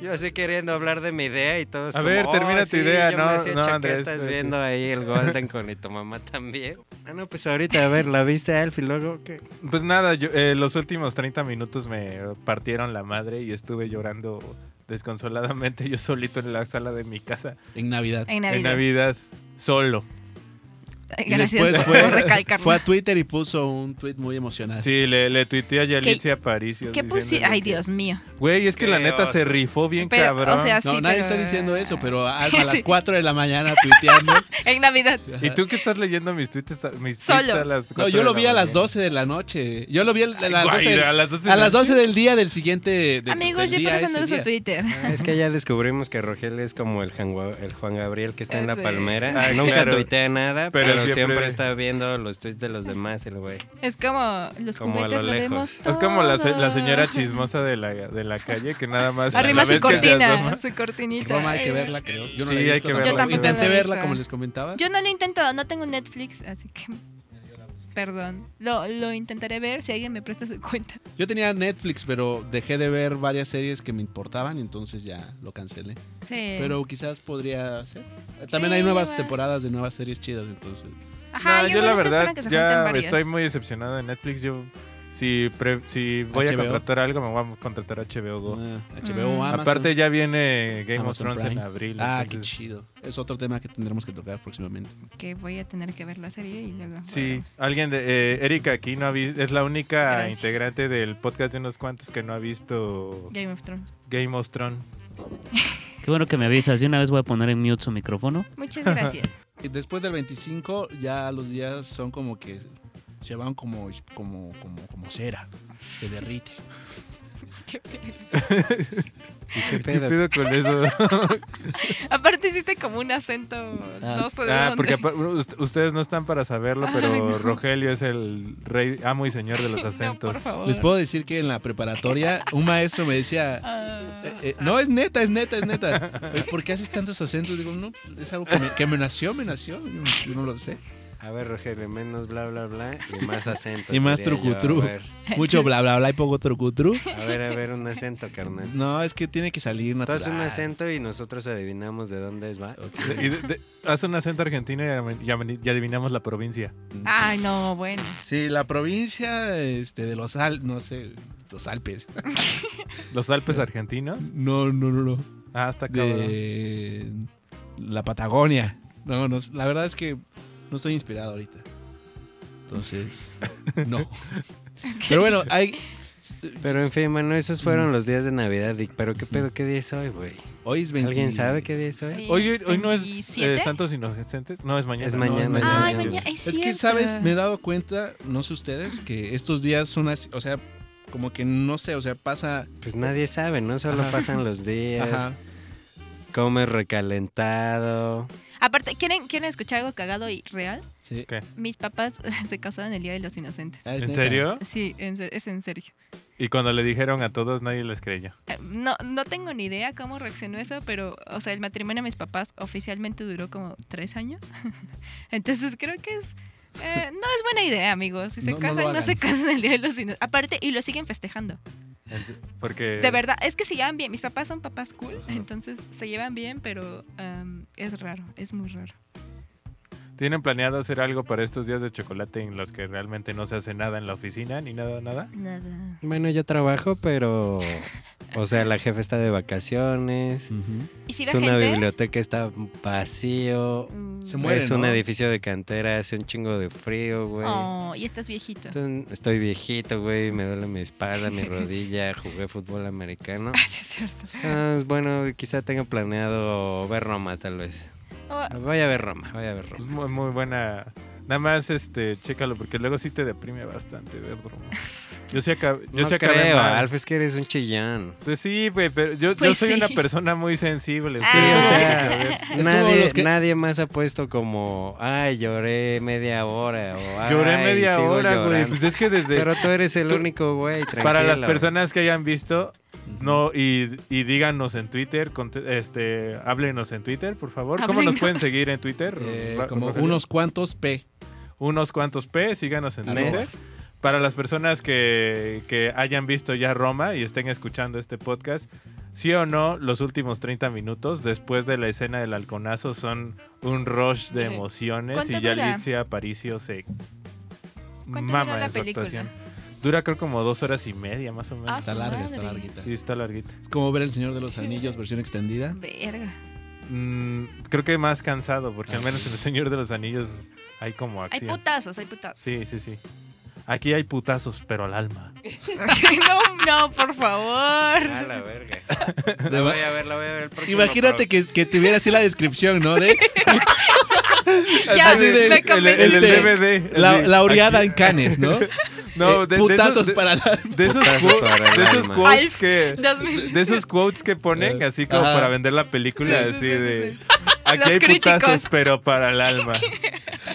E: Yo así queriendo hablar de mi idea y todos
C: A
E: como,
C: ver,
E: "Oh,
C: termina tu
E: sí,
C: idea",
E: yo
C: no,
E: me hacía
C: no, Andrés,
E: chaquetas
C: espérate.
E: viendo ahí el Golden con y tu mamá también. Ah, no, pues ahorita, a ver, ¿la viste, Alf? Y luego, ¿qué?
C: Pues nada, yo, eh, los últimos 30 minutos me partieron la madre y estuve llorando desconsoladamente yo solito en la sala de mi casa
D: En Navidad.
F: En
C: en
F: Navidad.
C: Navidad, solo.
D: Y
F: Gracias por [LAUGHS] recalcarlo.
D: fue a Twitter y puso un tweet muy emocional.
C: Sí, le, le tuiteé a Yalitza Aparicio.
F: ¿Qué pusi-
C: diciéndole
F: Ay,
C: que-
F: Dios mío.
C: Güey, es que la
E: Qué
C: neta se
E: oso.
C: rifó bien
F: Pero,
C: cabrón.
F: o sea,
D: No,
F: sí,
D: nadie
F: pero-
D: está diciendo eso,
F: [LAUGHS]
D: pero a, a las
F: Sí.
D: 4 de la mañana tuiteando.
F: En Navidad.
D: Ajá.
C: [LAUGHS] ¿Y tú que estás leyendo mis tweets a, mis
F: Solo.
C: tweets a las
D: No,
C: cuatro
D: yo
C: de
D: lo
C: la
D: vi a las
C: mañana?
D: 12 de la noche. Yo lo vi a las
C: Guay,
D: 12 del-
C: a las 12 de
D: a
C: la
D: las 12 del día del siguiente. de-
F: Amigos,
D: del
F: yo
D: día
F: pensando
D: ese
F: eso en
D: día.
F: Twitter.
E: Ah, Es que ya descubrimos que Rogelio es como el Juan, Gua- el Juan Gabriel que está en la
F: Sí.
E: palmera.
C: Ah,
E: Nunca
C: claro.
E: tuitea nada,
C: Pero
E: pero,
C: siempre-
E: siempre... está viendo los tweets de los demás, el güey.
F: Es como los
E: Como a
F: juguetes
E: lo
F: lo
E: lejos.
F: vemos
C: Es como la, se- la
F: todo.
C: señora chismosa de la, de la calle que nada más.
F: Arriba
C: la
F: su
C: vez que se
F: cortina,
C: asoma-
F: su cortinita.
D: Roma hay que verla, creo. Yo no
C: Sí,
D: la he
C: hay
D: visto.
C: que
D: ¿no?
C: verla. Yo tampoco
D: Intenté
F: la he
D: verla,
F: visto.
D: como les comentaba.
F: Yo no lo he intentado, no tengo Netflix, así que. Perdón. Lo, lo intentaré ver si alguien me presta su cuenta.
D: Yo tenía Netflix, pero dejé de ver varias series que me importaban, entonces ya lo cancelé.
F: Sí.
D: Pero quizás podría ser. También hay
F: Sí,
D: nuevas
F: igual.
D: temporadas de nuevas series chidas, entonces.
F: Ajá,
C: No, yo
F: yo,
C: la
F: igual
C: verdad
F: estoy esperando que se junten
C: ya
F: varias.
C: estoy muy decepcionado de Netflix. Yo si pre- si voy a
D: HBO.
C: contratar algo me voy a contratar HBO Go.
D: Ah, HBO o
F: Mm.
D: Amazon.
C: Aparte ya viene Game
D: Amazon
C: of Thrones
D: Prime.
C: en abril.
D: Ah, qué
C: entonces-
D: chido. Es otro tema que tendremos que tocar próximamente.
F: Que voy a tener que ver la serie y luego.
C: Sí,
F: hablamos.
C: alguien de eh, Erika aquí no ha visto, es la única
F: pues. Gracias.
C: integrante del podcast de unos cuantos que no ha visto
F: Game of Thrones.
C: Game of Thrones.
G: Qué bueno que me avisas. De una vez voy a poner en mute su micrófono.
C: [LAUGHS]
F: Muchas gracias.
D: Y Después del 25, ya los días son como que se van como, como, como, como cera. Se derrite.
F: Qué pena.
E: ¿Qué
C: ¿Qué
E: pedo?
C: pedo con eso?
F: [LAUGHS] Aparte hiciste como un acento, no sé de
C: Ah,
F: dónde.
C: porque
F: [LAUGHS]
C: apa- ust- ustedes no están para saberlo, pero
F: Ay, no.
C: Rogelio es el rey, amo y señor de los
F: [LAUGHS] No,
C: acentos.
F: por favor.
D: Les puedo decir que en la preparatoria un maestro me decía,
F: Ah.
D: eh, eh, no, es neta, es neta, es neta. Oye, ¿Por qué haces tantos acentos? Digo, no, es algo que me, que me nació, me nació, yo, yo no lo sé.
E: A ver, Rogelio, menos bla, bla, bla y más
D: [LAUGHS]
E: acento.
D: Y más
E: sería yo.
D: trucutru.
E: A ver,
D: Mucho bla, bla, bla y poco trucutru.
E: a ver, a ver,
D: [LAUGHS]
E: un acento, carnal.
D: No, es que tiene que salir
E: Tú
D: natural.
E: haces un acento y nosotros adivinamos de dónde es, ¿va?
D: Ok.
C: Y de- de- haz un acento argentino y, am- y am- y adivinamos la provincia.
F: Ay, no, bueno.
D: Sí, la provincia este, de los Alpes, no sé, los Alpes.
C: ¿Los Alpes argentinos?
D: No, no, no, no.
C: Ah, está cabrón.
D: De la Patagonia. No, no, la verdad es que no estoy inspirado ahorita. Entonces, no. Pero bueno, hay,
E: Pero en fin, mano,
D: Mm.
E: esos fueron los días de Navidad. Dick, Pero qué pedo, qué día es hoy, güey.
D: hoy es 20.
E: ¿Alguien sabe qué día es hoy?
C: Eh, Hoy, hoy no es eh,
F: 27?
C: Santos Inocentes, no es mañana.
E: Es
C: ¿no?
E: mañana.
D: No, es mañana.
F: Ay, mañana. Ah, Es,
D: Es que,
F: cierto.
D: ¿sabes? Me he dado cuenta, no sé ustedes, que estos días son así, o sea, como que no sé, o sea, pasa...
E: Pues nadie sabe, ¿no? Solo
D: Ajá.
E: pasan los días.
D: Ajá.
E: Comes recalentado.
F: Aparte, ¿quieren, ¿quieren escuchar algo cagado y real?
D: Sí.
F: Mis papás [LAUGHS] se casaron el Día de los Inocentes.
D: Ah, es
C: ¿En
D: neta.
C: serio?
F: Sí, en se- es en serio.
C: Y cuando le dijeron a todos, nadie les creyó.
F: Eh, No, no tengo ni idea cómo reaccionó eso, pero, o sea, el matrimonio de mis papás oficialmente duró como tres años. [LAUGHS] Entonces creo que es. eh, no es buena idea, amigos. Si se
D: No, no lo
F: casan, no,
D: hagan.
F: se casan el día de los Inocentes. Aparte, y lo siguen festejando.
D: Eh.
C: Porque
F: De verdad, es que se llevan bien. Mis papás son papás cool, entonces se llevan bien, pero am, es raro, es muy raro.
C: tienen planeado hacer algo para estos días de chocolate en los que realmente no se hace nada en la oficina ni nada, nada.
F: Nada.
E: Bueno, yo trabajo, pero. O sea, la jefa está de vacaciones.
D: Ujú.
F: ¿Y si
E: Es
F: ve
E: una
F: gente?
E: biblioteca, está vacío.
F: Mm.
D: Se muere,
E: es
D: ¿no?
E: un edificio de cantera, hace un chingo de frío, güey.
F: Oh, y estás viejito.
E: Entonces, Estoy viejito, güey, me duele mi espalda, mi
D: [LAUGHS]
E: rodilla, jugué fútbol americano.
F: [LAUGHS] Ah, sí, es cierto.
E: Entonces, bueno, quizá tenga planeado ver Roma, tal vez.
F: Oh,
E: Voy a ver Roma, voy a ver
C: Es
E: Roma.
C: muy, muy buena. Nada más, este, chécalo, porque luego sí te deprime bastante, ver Roma. Yo sí, acab- yo
E: no
C: sí acabé
E: creo,
C: mal.
E: Alf, es que eres un chillón.
C: Pues sí, güey, pero yo, yo
F: Pues
C: soy
F: sí.
C: una persona muy sensible.
F: Sí,
E: O
F: Ah.
E: sea,
D: Es como
E: nadie,
D: los que-
E: nadie más ha puesto como, ay, lloré media hora. O,
C: Lloré
E: "Ay,
C: media
E: sigo
C: hora, güey.
E: llorando".
C: Pues es que desde...
E: Pero tú eres el
C: tú-
E: único, güey, tranquilo.
C: para las personas que hayan visto, no y, y díganos en Twitter, conte- este, háblenos en Twitter, por favor. ¿Cómo nos
F: Háblenos.
C: pueden seguir en Twitter?
D: Eh,
C: Ra-
D: como
C: Rogelio?
D: unos cuantos P.
C: unos cuantos P, síganos en
E: Mes.
C: Twitter. Para las personas que, que hayan visto ya Roma y estén escuchando este podcast, sí o no, los últimos 30 minutos después de la escena del halconazo son un rush de
F: Sí.
C: emociones
F: ¿Cuánto
C: y ya
F: dura?
C: Alicia Aparicio se
F: ¿Cuánto
C: mama
F: dura la
C: de su
F: película?
C: actuación. Dura creo como dos horas y media más o menos.
F: Ah,
D: Está
F: su
D: larga, está
F: madre.
D: larguita.
C: Sí, está larguita.
D: Es como ver El Señor de los Anillos,
C: [LAUGHS]
D: versión extendida.
F: verga.
C: Mm, creo que más cansado, porque al menos en El Señor de los Anillos hay como
F: Hay
C: acción.
F: putazos, hay putazos. [LAUGHS]
C: Sí, sí, sí. Aquí hay putazos, pero al alma.
F: no, no, por
C: [LAUGHS]
E: A
F: favor.
E: la verga.
D: De
E: La
D: va-
E: voy a ver, la voy a ver el próximo
D: Imagínate que, que tuviera así la descripción, ¿no? De
F: Ya,
D: Así de-
F: me
C: el,
D: el-
C: el-
F: convenciste.
C: el
D: convenciste.
C: DVD.
D: la,
C: así.
D: la oreada en canes, ¿no?
C: [LAUGHS] No,
D: Eh,
C: de, de
D: putazos
C: esos, de-
D: para la...
C: de esos
E: Putazos
C: quotes-
E: para el
C: de esos
E: alma.
C: quotes
F: Alf, [LAUGHS]
C: que.
F: dos
C: de-
F: mil-
C: De esos quotes que ponen,
D: Eh,
C: así como
D: ajá.
C: para vender la película,
F: Sí, sí,
C: así
F: sí,
C: de.
F: sí,
C: Aquí
F: Los
C: hay
F: críticos.
C: putazos, pero para el alma.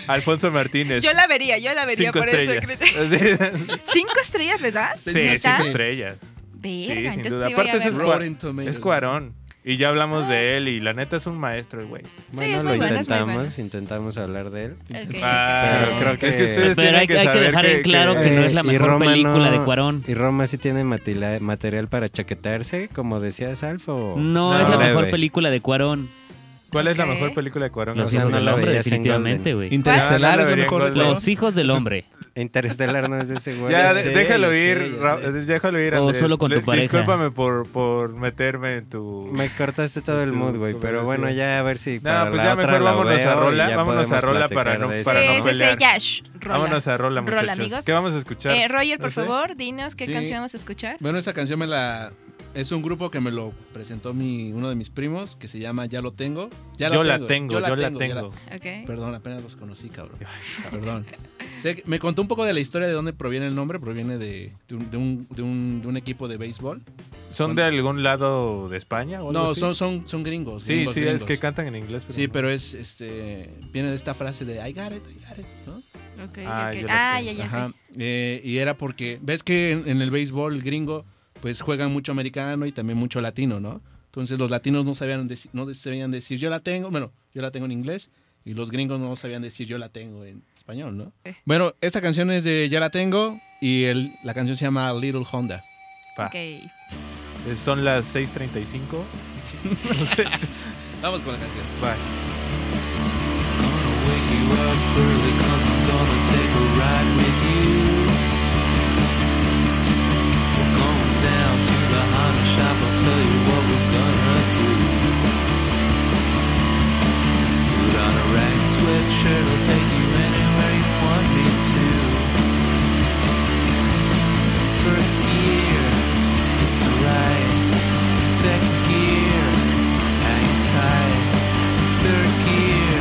C: Alfonso Martínez.
F: Yo la vería, yo la vería
C: cinco
F: por
C: estrellas.
F: eso.
C: [LAUGHS] Así.
F: [LAUGHS] ¿Cinco estrellas le das?
C: Sí,
F: ¿Neta?
C: cinco estrellas.
F: Verga,
C: sin
F: entonces
C: duda.
F: sí voy a
C: Aparte ese [LAUGHS] es
F: verlo.
C: Cuar-
D: Rotten Tomatoes.
C: Es Cuarón. Y ya hablamos de él y la neta es un maestro, el güey.
E: Bueno,
F: es
E: lo
F: muy bueno, es muy
E: intentamos,
F: bueno.
E: intentamos hablar de él.
F: Ok, ok.
C: Ah,
E: Pero creo que-
C: es que ustedes
G: Pero
C: tienen
G: hay-
C: que
G: hay que
C: saber
G: dejar en claro que no es la
E: y
G: mejor
E: Roma
G: película
E: no-
G: de Cuarón.
E: Y Roma sí tiene matila- material para chaquetearse, como decías, Alfo.
G: No,
C: No,
G: es la mejor
E: breve.
G: película de Cuarón.
C: ¿Cuál es la
F: Ok.
C: mejor película de Cuarón?
G: Los
E: sea,
G: hijos
E: no
G: del
E: la
G: hombre,
E: veías en
G: definitivamente, güey.
C: Ah,
D: Interestelar
C: no
D: es
C: la
D: lo
C: vería
D: mejor
C: en
D: de
C: Golden.
D: todo.
G: Los hijos del hombre.
E: Interestelar no es de ese
C: [LAUGHS]
E: güey.
C: Ya,
D: Ya
C: de-
D: sé,
C: déjalo
D: ya
C: ir,
D: sé, ya
C: Ra-
D: sé.
C: déjalo ir,
G: O
C: Andrés.
G: solo con tu pareja.
C: Discúlpame por, por meterme en tu...
E: Me cortaste todo el mood, güey. Pero bueno, ya a ver si.
C: No, pues ya mejor vámonos a rola, vámonos a rola para no- para
F: sí,
C: no
F: sí, sí,
C: pelear.
F: ya, shh, rola.
C: Vámonos a Rola,
F: Rola,
C: muchachos.
F: amigos.
C: ¿Qué vamos a escuchar?
F: Eh, Roger, por
C: No sé.
F: favor, dinos qué
D: Sí.
F: canción vamos a escuchar.
D: Bueno, esta canción me la... Es un grupo que me lo presentó mi, uno de mis primos, que se llama Ya lo tengo. Ya
C: yo la tengo, yo la tengo.
D: ya la-
F: Ok.
D: Perdón, apenas los conocí, cabrón. Perdón. Sé que- me contó un poco de la historia de dónde proviene el nombre. Proviene de, de un, de un- de un- de un equipo de béisbol.
C: ¿Son de algún lado de España? O algo
D: No,
C: así?
D: son, son, son gringos.
C: Sí,
D: gringos,
C: sí, es
D: gringos.
C: que cantan en inglés.
D: Sí,
C: no.
D: pero es, este, viene de esta frase de I got it, I got it, ¿no?
F: Ok,
C: Ah,
F: ok.
C: ya lo
F: Ah,
C: tengo.
F: ya, ya.
D: Ajá.
F: ok.
D: eh, y era porque, ves que en, en el béisbol gringo, pues juegan mucho americano y también mucho latino, ¿no? Entonces los latinos no sabían deci- no sabían decir yo la tengo, bueno, yo la tengo en inglés y los gringos no sabían decir yo la tengo en español, ¿no?
F: Eh.
D: Bueno, esta canción es de Ya la tengo y el- la canción se llama Little Honda.
C: Pa.
F: Ok.
C: Eh, Son las 6.35.
D: Vamos con la canción.
C: Va.
I: First gear, it's alright. Second gear, hang tight. Third gear,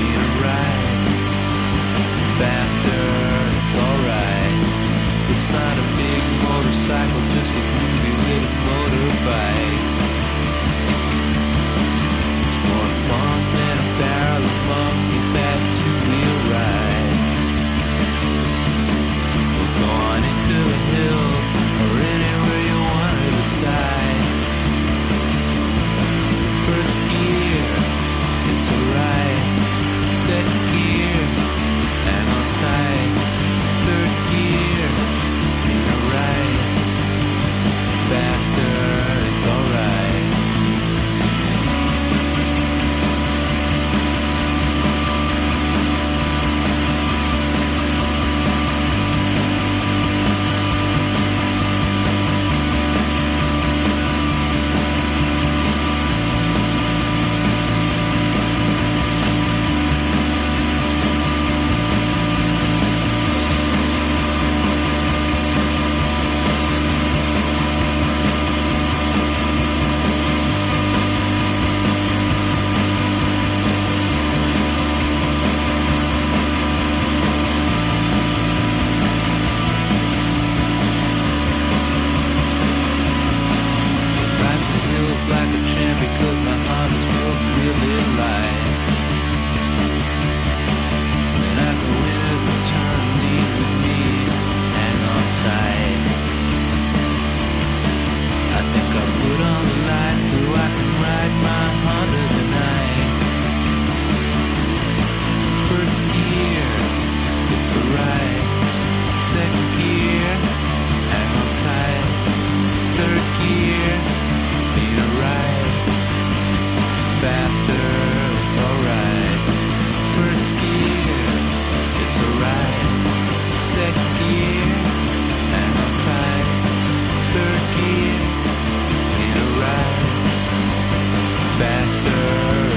I: ain't right. Faster, it's alright. It's not a big motorcycle, just a movie little motorbike. It's more fun than a barrel of monkeys that two-wheel ride. We're going into the hills or anywhere you want to decide. First gear, it's alright. Second gear, and on tight. Third gear, in a right. Faster, it's alright. Rides the hills like a champ because my heart is broke really light. When I go in it will turn lead with me, hang on tight. I think I'll put on the lights so I can ride my Honda tonight. First gear, it's alright. Second gear, hang on tight third gear, need a ride. Faster, it's alright. First gear, it's alright. Second gear, and I'll tie. Third gear, need a ride. Faster,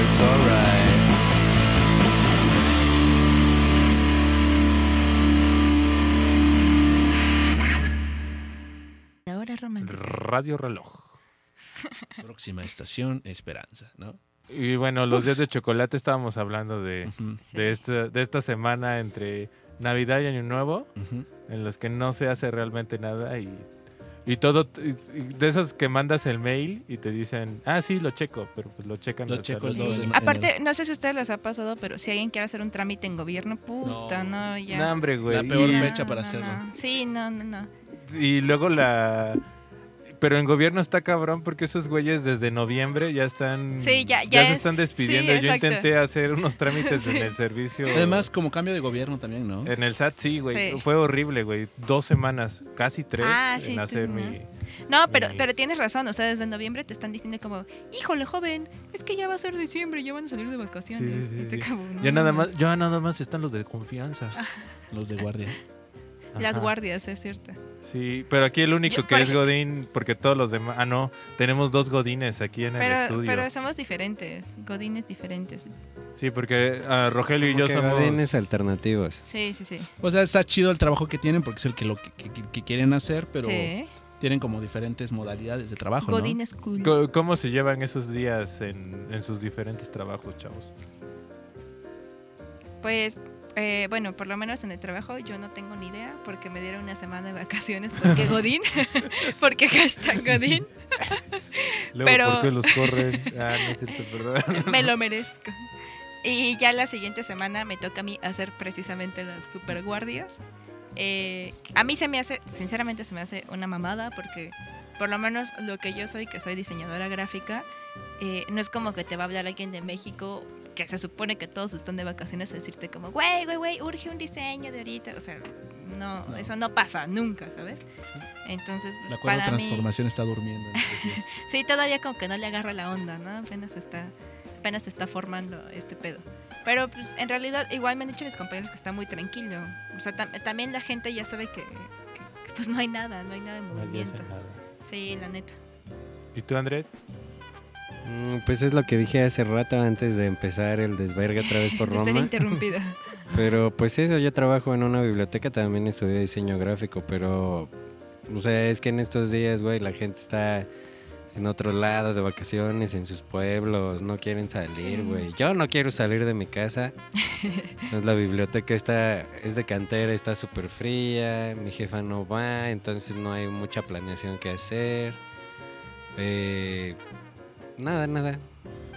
I: it's alright.
F: La hora romántica.
C: Radio Reloj.
D: Próxima estación, Esperanza, ¿no?
C: Y bueno, los días de chocolate estábamos hablando de,
D: Ujú,
F: Sí.
C: de, esta, de esta semana entre Navidad y Año Nuevo,
D: ujú.
C: en los que no se hace realmente nada y, y todo, y- y de esos que mandas el mail y te dicen, ah, sí, lo checo, pero pues lo checan.
D: Lo
C: hasta
D: checo
C: el-
D: el dos
F: Sí.
D: en- en
F: Aparte, no sé si a ustedes les ha pasado, pero si alguien quiere hacer un trámite en gobierno, puta, no, ya.
C: No, hombre, güey.
D: La peor
C: Y-
D: fecha. para hacerlo.
F: no. Sí, no, no, no.
C: Y luego la. Pero en gobierno está cabrón porque esos güeyes desde noviembre ya están.
F: Sí, ya- ya
C: se
F: es-
C: están despidiendo.
F: sí,
C: Yo
F: exacto.
C: intenté hacer unos trámites
F: Sí.
C: en el servicio.
D: Además, como cambio de gobierno también, ¿no?
C: En el SAT, sí, güey.
F: Sí.
C: Fue horrible, güey. Dos semanas, casi tres,
F: Ah,
C: en
F: sí, tú,
C: hacer
F: ¿no?
C: mi.
F: No, pero,
C: Sí.
F: pero tienes razón, o sea, desde noviembre te están diciendo como, híjole, joven, es que ya va a ser diciembre, ya van a salir de vacaciones.
C: Sí, sí,
F: Y te
C: sí.
F: acabo, no, Mm.
C: Ya nada
F: no,
C: más, ya nada más están los de confianza.
D: Los de guardia.
F: no. Las
C: Ajá.
F: guardias, es cierto.
C: Sí, pero aquí el único
F: Yo,
C: que
F: por
C: es
F: ejemplo-
C: Godín, porque todos los demás. Ah, no, tenemos dos Godines aquí en el
F: Pero,
C: estudio.
F: pero somos diferentes, godines diferentes.
C: Sí, porque ah, Rogelio y yo
E: Como que
C: somos.
E: godines alternativos.
F: Sí, sí, sí.
D: O sea, está chido el trabajo que tienen porque es el que lo que, que- que quieren hacer, pero
F: sí.
D: tienen como diferentes modalidades de trabajo. ¿no?
F: Godines cool.
C: Co- ¿Cómo se llevan esos días en, en sus diferentes trabajos, chavos?
F: Pues eh, bueno, por lo menos en el trabajo yo no tengo ni idea porque me dieron una semana de [LAUGHS] vacaciones porque Godín, [LAUGHS] porque hashtag Godín,
C: Luego,
F: Pero-
C: ¿por qué
F: [LAUGHS]
C: los corren? Ah, no es cierto, perdón.
F: me lo merezco. Y ya la siguiente semana me toca a mí hacer precisamente las superguardias. Eh, a mí se me hace, sinceramente se me hace una mamada porque por lo menos lo que yo soy, que soy diseñadora gráfica, eh, no es como que te va a hablar alguien de México que se supone que todos están de vacaciones a decirte como, güey, güey, güey, urge un diseño de ahorita. O sea, no,
D: No.
F: eso no pasa nunca, ¿sabes? Entonces,
D: La cuarta
F: para mí...
D: transformación está durmiendo. estos días.
F: Sí, todavía como que no le agarra la onda, ¿no? Apenas está, apenas está formando este pedo. Pero pues en realidad igual me han dicho mis compañeros que está muy tranquilo. O sea, tam- también la gente ya sabe que, que- que, pues no hay nada, no hay nada
C: [LAUGHS]
F: de movimiento. Sí, la neta.
C: ¿Y tú, Andrés?
E: Mm, Pues es lo que dije hace rato antes de empezar el desvergue otra vez por
F: De ser
E: Roma.
F: [LAUGHS] interrumpida.
E: Pero pues eso, yo trabajo en una biblioteca, también estudié diseño gráfico, pero o sea, es que en estos días, güey, la gente está en otro lado de vacaciones, en sus pueblos, no quieren salir, güey. Yo no quiero salir de mi casa. Entonces la biblioteca está es de cantera, está súper fría, mi jefa no va, entonces no hay mucha planeación que hacer. Eh, nada, nada.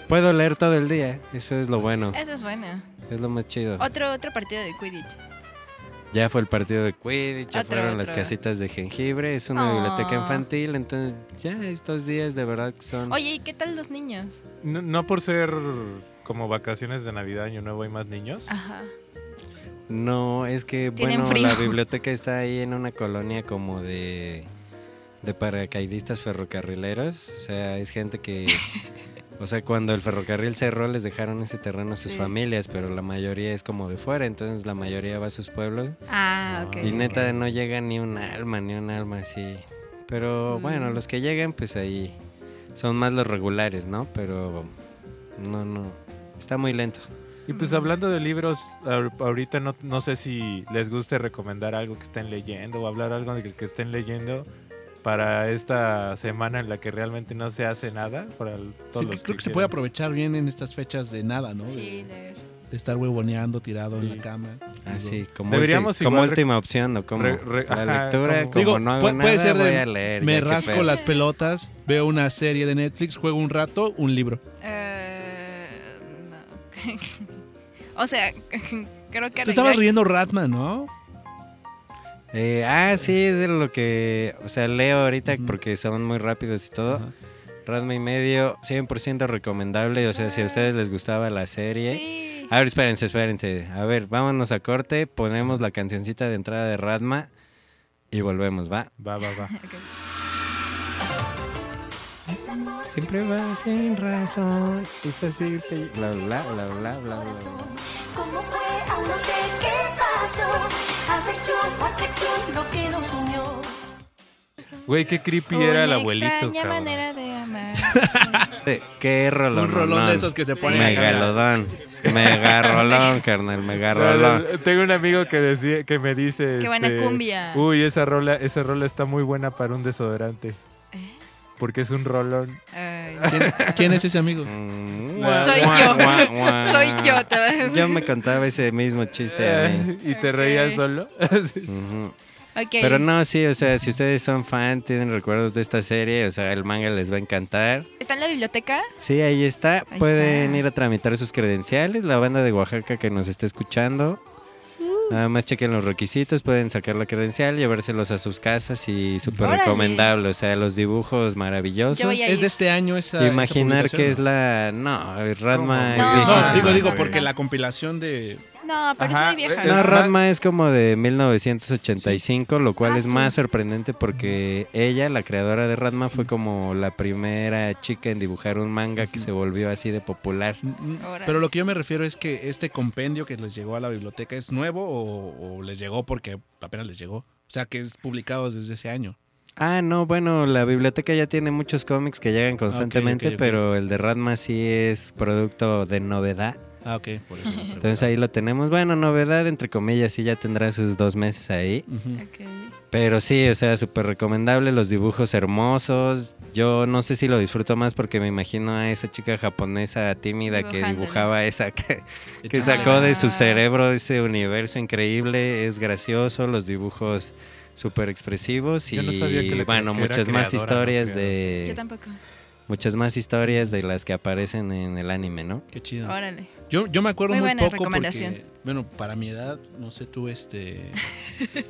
E: Puedo leer todo el día, eso es lo bueno,
F: Esa es buena.
E: es lo más chido.
F: Otro, otro partido de Quidditch.
E: Ya fue el partido de Quidditch, ya
F: Otro,
E: fueron las
F: otro.
E: casitas de jengibre, es una
F: Ah.
E: biblioteca infantil, entonces ya estos días de verdad que son...
F: Oye, ¿y qué tal los niños?
C: No, no por ser como vacaciones de Navidad, Año Nuevo hay más niños.
F: Ajá.
E: No, es que
F: Tienen
E: bueno,
F: frío.
E: la biblioteca está ahí en una colonia como de, de paracaidistas ferrocarrileros, o sea, es
F: [LAUGHS]
E: gente que... O sea, cuando el ferrocarril cerró les dejaron ese terreno a sus
F: Sí.
E: familias, pero la mayoría es como de fuera, entonces la mayoría va a sus pueblos
F: Ah, ok.
C: ok.
E: Y neta no llega ni un alma, ni un alma así. Pero bueno,
F: Mm.
E: los que llegan, pues ahí son más los regulares, ¿no? Pero no, no. Está muy lento.
C: Y pues
F: Mm.
C: hablando de libros, ahor- ahorita no, no sé si les guste recomendar algo que estén leyendo o hablar algo del que estén leyendo para esta semana en la que realmente no se hace nada. Para el- todos
D: Sí,
C: los
D: creo que se
C: quieran.
D: puede aprovechar bien en estas fechas de nada, ¿no?
F: Sí,
D: de,
F: leer.
D: de estar huevoneando tirado
C: Sí.
D: en la cama.
E: Así, como,
C: Deberíamos
E: ulti- como
C: igual rec-
E: última opción, ¿o como
C: re- re-
E: La
C: ajá,
E: lectura,
C: como-
E: como,
D: Digo,
E: no hago
D: pu- puede
E: nada,
D: ser de-
E: voy a leer. ya,
D: Me
E: qué
D: rasco
E: pedo.
D: las pelotas, veo una serie de Netflix, juego un rato, un libro.
F: Eh, [LAUGHS] no. o sea, [LAUGHS] creo que...
D: Te estabas
F: arreglar-
D: riendo Ratman, ¿no?
E: Eh, ah, sí, es de lo que... O sea, leo ahorita
D: Ujú.
E: porque son muy rápidos y todo.
D: Ajá.
E: Radma y medio, 100% recomendable. O sea, si a ustedes les gustaba la serie...
D: ¿eh?
F: Sí. [LAUGHS]
E: A ver, espérense, espérense. A ver, vámonos a corte, ponemos la cancioncita de entrada de Radma y volvemos, ¿va?
C: Va, va, va.
F: Ok.
E: Siempre va sin razón y fácil te... Bla, bla, bla, bla, bla, bla.
J: ¿Cómo fue? Aún no sé qué pasó. Aversión o atracción, lo que nos unió.
C: Güey, qué creepy
F: Oh, Una
C: era el abuelito.
F: extraña
C: cabrón.
F: manera de amar.
E: Eh, Qué rolón.
D: Un rolón de esos que te ponen a cantar.
E: Megalodón. Megarrolón,
D: [LAUGHS]
E: carnal,
C: No, no,
E: megarrolón.
C: no, Tengo un amigo que decía, que me dice.
F: Qué buena
C: este,
F: cumbia.
C: Uy, esa rola, esa rola está muy buena para un desodorante.
F: ¿Eh?
C: Porque es un rolón.
F: Ay.
D: ¿Quién, quién es ese amigo?
E: Mm,
F: Soy
E: guau,
F: yo.
E: guau, guau.
F: Soy yo, te vas.
E: Yo me contaba ese mismo
D: Eh.
E: chiste a mí.
C: [LAUGHS] ¿Y te reías
F: Ok.
C: solo?
E: Ujú.
F: Ok.
E: Pero no, sí, o sea, si ustedes son fan, tienen recuerdos de esta serie, o sea, el manga les va a encantar.
F: ¿Está en la biblioteca?
E: Sí, ahí está.
F: Ahí
E: Pueden
F: está.
E: ir a tramitar sus credenciales. La banda de Oaxaca que nos está escuchando.
F: Uh.
E: Nada más chequen los requisitos, pueden sacar la credencial, llevárselos a sus casas y súper
F: Órale.
E: recomendable. O sea, los dibujos
F: Yo
E: maravillosos.
F: voy a
D: Es
F: ir.
D: de este año esa. esa
E: Imaginar que es
D: publicación,
E: la... No, Radma
C: ¿Cómo?
E: es
F: No,
D: ¿no?
E: viejísima,
D: No, digo, digo,
E: güey.
D: porque la compilación de.
F: No, pero
C: Ajá,
F: es muy vieja.
C: eh,
E: No,
F: ¿no?
E: Radma es como de 1985, lo cual
F: Ah,
E: es
F: sí.
E: más sorprendente porque ella, la creadora de Radma, fue como la primera chica en dibujar un manga que se volvió así de popular.
D: Mm, mm.
F: Órale.
D: Pero lo que yo me refiero es que este compendio que les llegó a la biblioteca es nuevo o, o les llegó porque apenas les llegó. O sea, que es publicado desde ese año.
E: Ah, no, bueno, la biblioteca ya tiene muchos cómics que llegan constantemente,
D: ok, ok.
E: pero el de Radma sí es producto de novedad.
D: Ah, ok. Por
F: [LAUGHS]
D: eso me
E: Entonces ahí lo tenemos. Bueno, novedad entre comillas, sí ya tendrá sus dos meses ahí.
D: preguntaba. Ujú.
F: Ok.
E: Pero sí, o sea, súper recomendable, los dibujos hermosos. Yo no sé si lo disfruto más porque me imagino a esa chica japonesa tímida que
F: Dibujándole.
E: dibujaba esa, [LAUGHS] que,
D: De
E: que
D: hecho,
E: sacó de su
F: Ah.
E: cerebro ese universo increíble. Es gracioso, los dibujos súper expresivos y
C: Yo no sabía que la-
E: bueno,
C: que era
E: muchas más
C: creadora,
E: historias
C: no
E: de...
F: Yo tampoco.
E: muchas más historias de las que aparecen en el anime, ¿no?
D: Qué chido.
F: Órale.
D: Yo, yo me acuerdo
F: Muy
D: muy,
F: buena
D: poco
F: recomendación.
D: porque, bueno, para mi edad, no sé tú, este...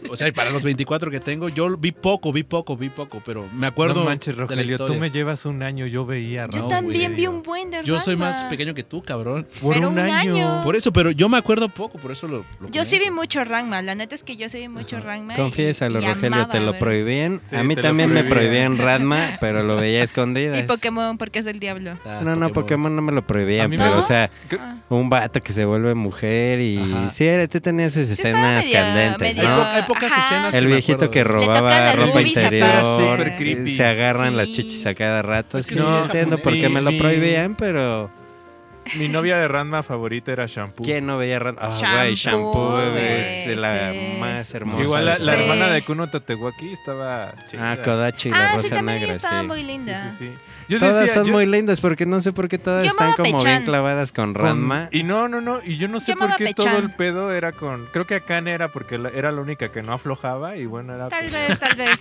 D: o sea, y para los 24 que tengo, yo vi poco, vi poco, vi poco, pero me acuerdo
C: no manches,
D: de la
C: Rogelio, tú
D: historia.
C: me llevas un año, yo veía
F: Yo
D: No,
F: también
D: güey.
F: vi un buen de
D: Yo soy más
F: Ranma.
D: pequeño que tú, cabrón.
C: por
F: pero
C: un
F: un
C: año.
F: año.
D: Por eso, pero yo me acuerdo poco, por eso lo... lo
F: Yo sí vi
D: comento.
F: mucho Rangma, la neta es que yo sí vi mucho Rangma. y-
E: Confiésalo,
F: y
E: Rogelio,
F: amaba
E: te lo
F: ver-
E: prohibían.
C: Sí,
E: a mí
C: te lo
E: también me
C: prohibían.
F: [LAUGHS]
E: prohibían Radma, pero lo veía escondida.
F: Y Pokémon porque es del diablo.
D: Ah,
E: No, no, Pokémon no me lo
C: A
E: prohibían,
C: mí
E: pero
F: me-
E: o sea,
F: Ah.
E: un vato que se vuelve mujer y
D: Ajá.
E: sí, era, tú tenías esas
F: Yo estaba
E: escenas
F: medio-
E: candentes,
F: medio-
D: Hay, po-
E: ¿no?
F: Ah,
D: hay pocas
F: ajá.
D: escenas
E: El
D: me
E: viejito
D: acuerdo
E: que
D: de-
E: robaba
F: las
E: ropa
F: boobies
E: interior,
F: acá.
C: Súper creepy.
E: se agarran las
F: Sí.
E: chichis a cada rato.
D: Es que
E: sí,
D: sí,
E: no
D: es
E: entiendo por qué
C: japonés.
E: me lo
C: Mi-
E: prohibían, pero
C: Mi novia de Ranma favorita era Shampoo.
E: ¿quién no veía Radma? Ah, güey,
F: Shampoo,
E: shampoo es
F: güey,
E: la
F: sí.
E: más hermosa.
C: Igual la,
E: de
C: la
E: todas.
F: Sí.
C: hermana de Kuno Tatewaki estaba chida.
E: Ah, Kodachi y
F: Ah,
E: la
F: sí,
E: rosa
F: también
E: negra,
F: estaba
E: sí.
F: muy
C: Sí,
F: linda.
C: sí, sí. Yo
E: Todas
C: decía,
E: son
C: yo-
E: muy lindas porque no sé por qué todas
F: Yo
E: están
F: amaba
E: como bien
F: Pechan.
E: clavadas con
C: con-
E: Ranma.
C: Y no, no, no. Y yo no sé
F: Yo
C: por
F: amaba
C: qué
F: Pechan.
C: todo el pedo era con. Creo que Akane era porque la- era la única que no aflojaba y bueno, era.
F: Tal
C: pues- [LAUGHS]
F: vez, tal vez.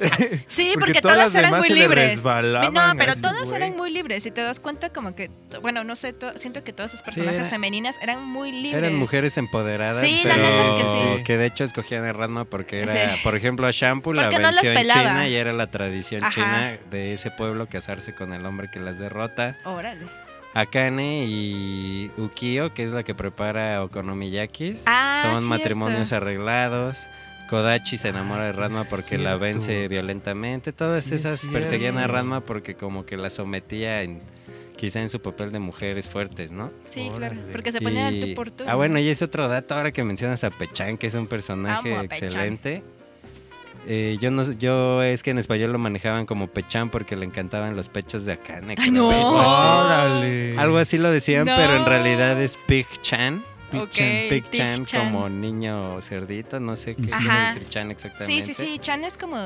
F: Sí, porque,
C: Porque todas
F: todas,
C: las
F: eran
C: demás
F: muy
C: se le
F: libres.
C: resbalaban
F: No, pero
C: así,
F: todas
C: güey.
F: eran muy libres. Si te das cuenta, como que, t- bueno, no sé, to- siento que todas sus personajes
E: era-
F: femeninas eran muy libres.
E: Eran mujeres empoderadas,
F: Sí, la
E: pero
F: neta
C: es que sí.
E: que de hecho escogían a Ranma porque era,
F: Sí.
E: por ejemplo, a Shampoo la
F: Porque no las
E: venció en
F: pelaba.
E: China y era la tradición
F: Ajá.
E: china de ese pueblo casarse con el hombre que las derrota.
F: Órale.
E: Akane y Ukio, que es la que prepara Okonomiyakis,
F: Ah,
E: son
F: cierto.
E: matrimonios arreglados. Kodachi se enamora de Ranma porque la
C: Ah, cierto.
E: vence violentamente. Todas
C: Sí, es
E: esas
C: cierto.
E: perseguían a Ranma porque como que la sometía en quizá en su papel de mujeres fuertes, ¿no?
F: Sí,
C: Órale.
F: claro. Porque se ponían al tú por tú.
E: Ah, bueno, y es otro dato ahora que mencionas a Pechan, que es un personaje
F: Amo a Pechan.
E: excelente. Eh, yo no sé- yo es que en español lo manejaban como Pechan porque le encantaban los pechos de Akane.
F: Ay,
E: creo,
F: no.
E: algo así.
C: ¡Órale!
E: Algo así lo decían,
F: No.
E: pero en realidad es Pig Chan.
F: Ok,
E: Pig Chan,
F: Chan.
E: como niño cerdito, no sé qué quiere
F: Ajá.
E: decir Chan exactamente.
F: Sí, sí, sí. Chan es como.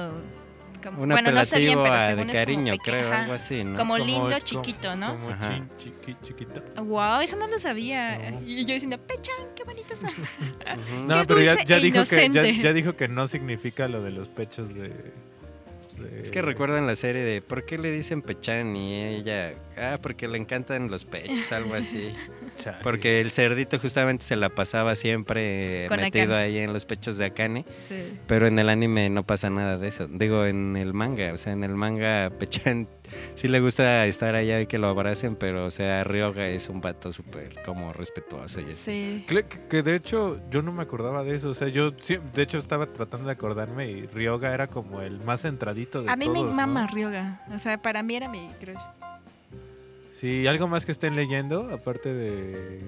F: como-
E: Un
F: bueno, no sé bien,
E: apelativo
F: pero
E: a-
F: según
E: de
F: es como
E: cariño,
F: peque-
E: creo,
F: ajá.
E: algo así, ¿no?
F: Como lindo,
C: como-
F: chiquito, ¿no?
C: Como
E: Ajá.
C: chin, chiqui, chiquito.
F: Wow, eso no lo sabía.
C: No.
F: Y yo diciendo, Pechan, qué bonito
E: [LAUGHS]
F: son.
E: Ujú.
C: No,
F: Qué
C: pero ya,
F: dulce
C: ya
F: e
C: dijo que, ya,
F: inocente.
C: ya dijo que no significa lo de los pechos de. de-
E: Es que recuerdan la serie de ¿Por qué le dicen Pechan? Y ella, ah, porque le encantan los pechos,
D: [LAUGHS]
E: algo así.
C: Chale.
E: Porque el cerdito justamente se la pasaba siempre eh,
F: Con
E: metido
F: Akane.
E: ahí en los pechos de Akane,
F: Sí.
E: pero en el anime no pasa nada de eso. Digo, en el manga, o sea, en el manga Pechan [LAUGHS] sí le gusta estar allá y que lo abracen, pero o sea, Ryoga es un vato súper como respetuoso y así.
F: Sí.
C: Creo que, que de hecho yo no me acordaba de eso. O sea, yo sí- de hecho estaba tratando de acordarme y Ryoga era como el más centradito de
F: A mí
C: todos,
F: me
C: ¿no?
F: mama Ryoga. O sea, para mí era mi crush.
C: Sí, algo más que estén leyendo, aparte de.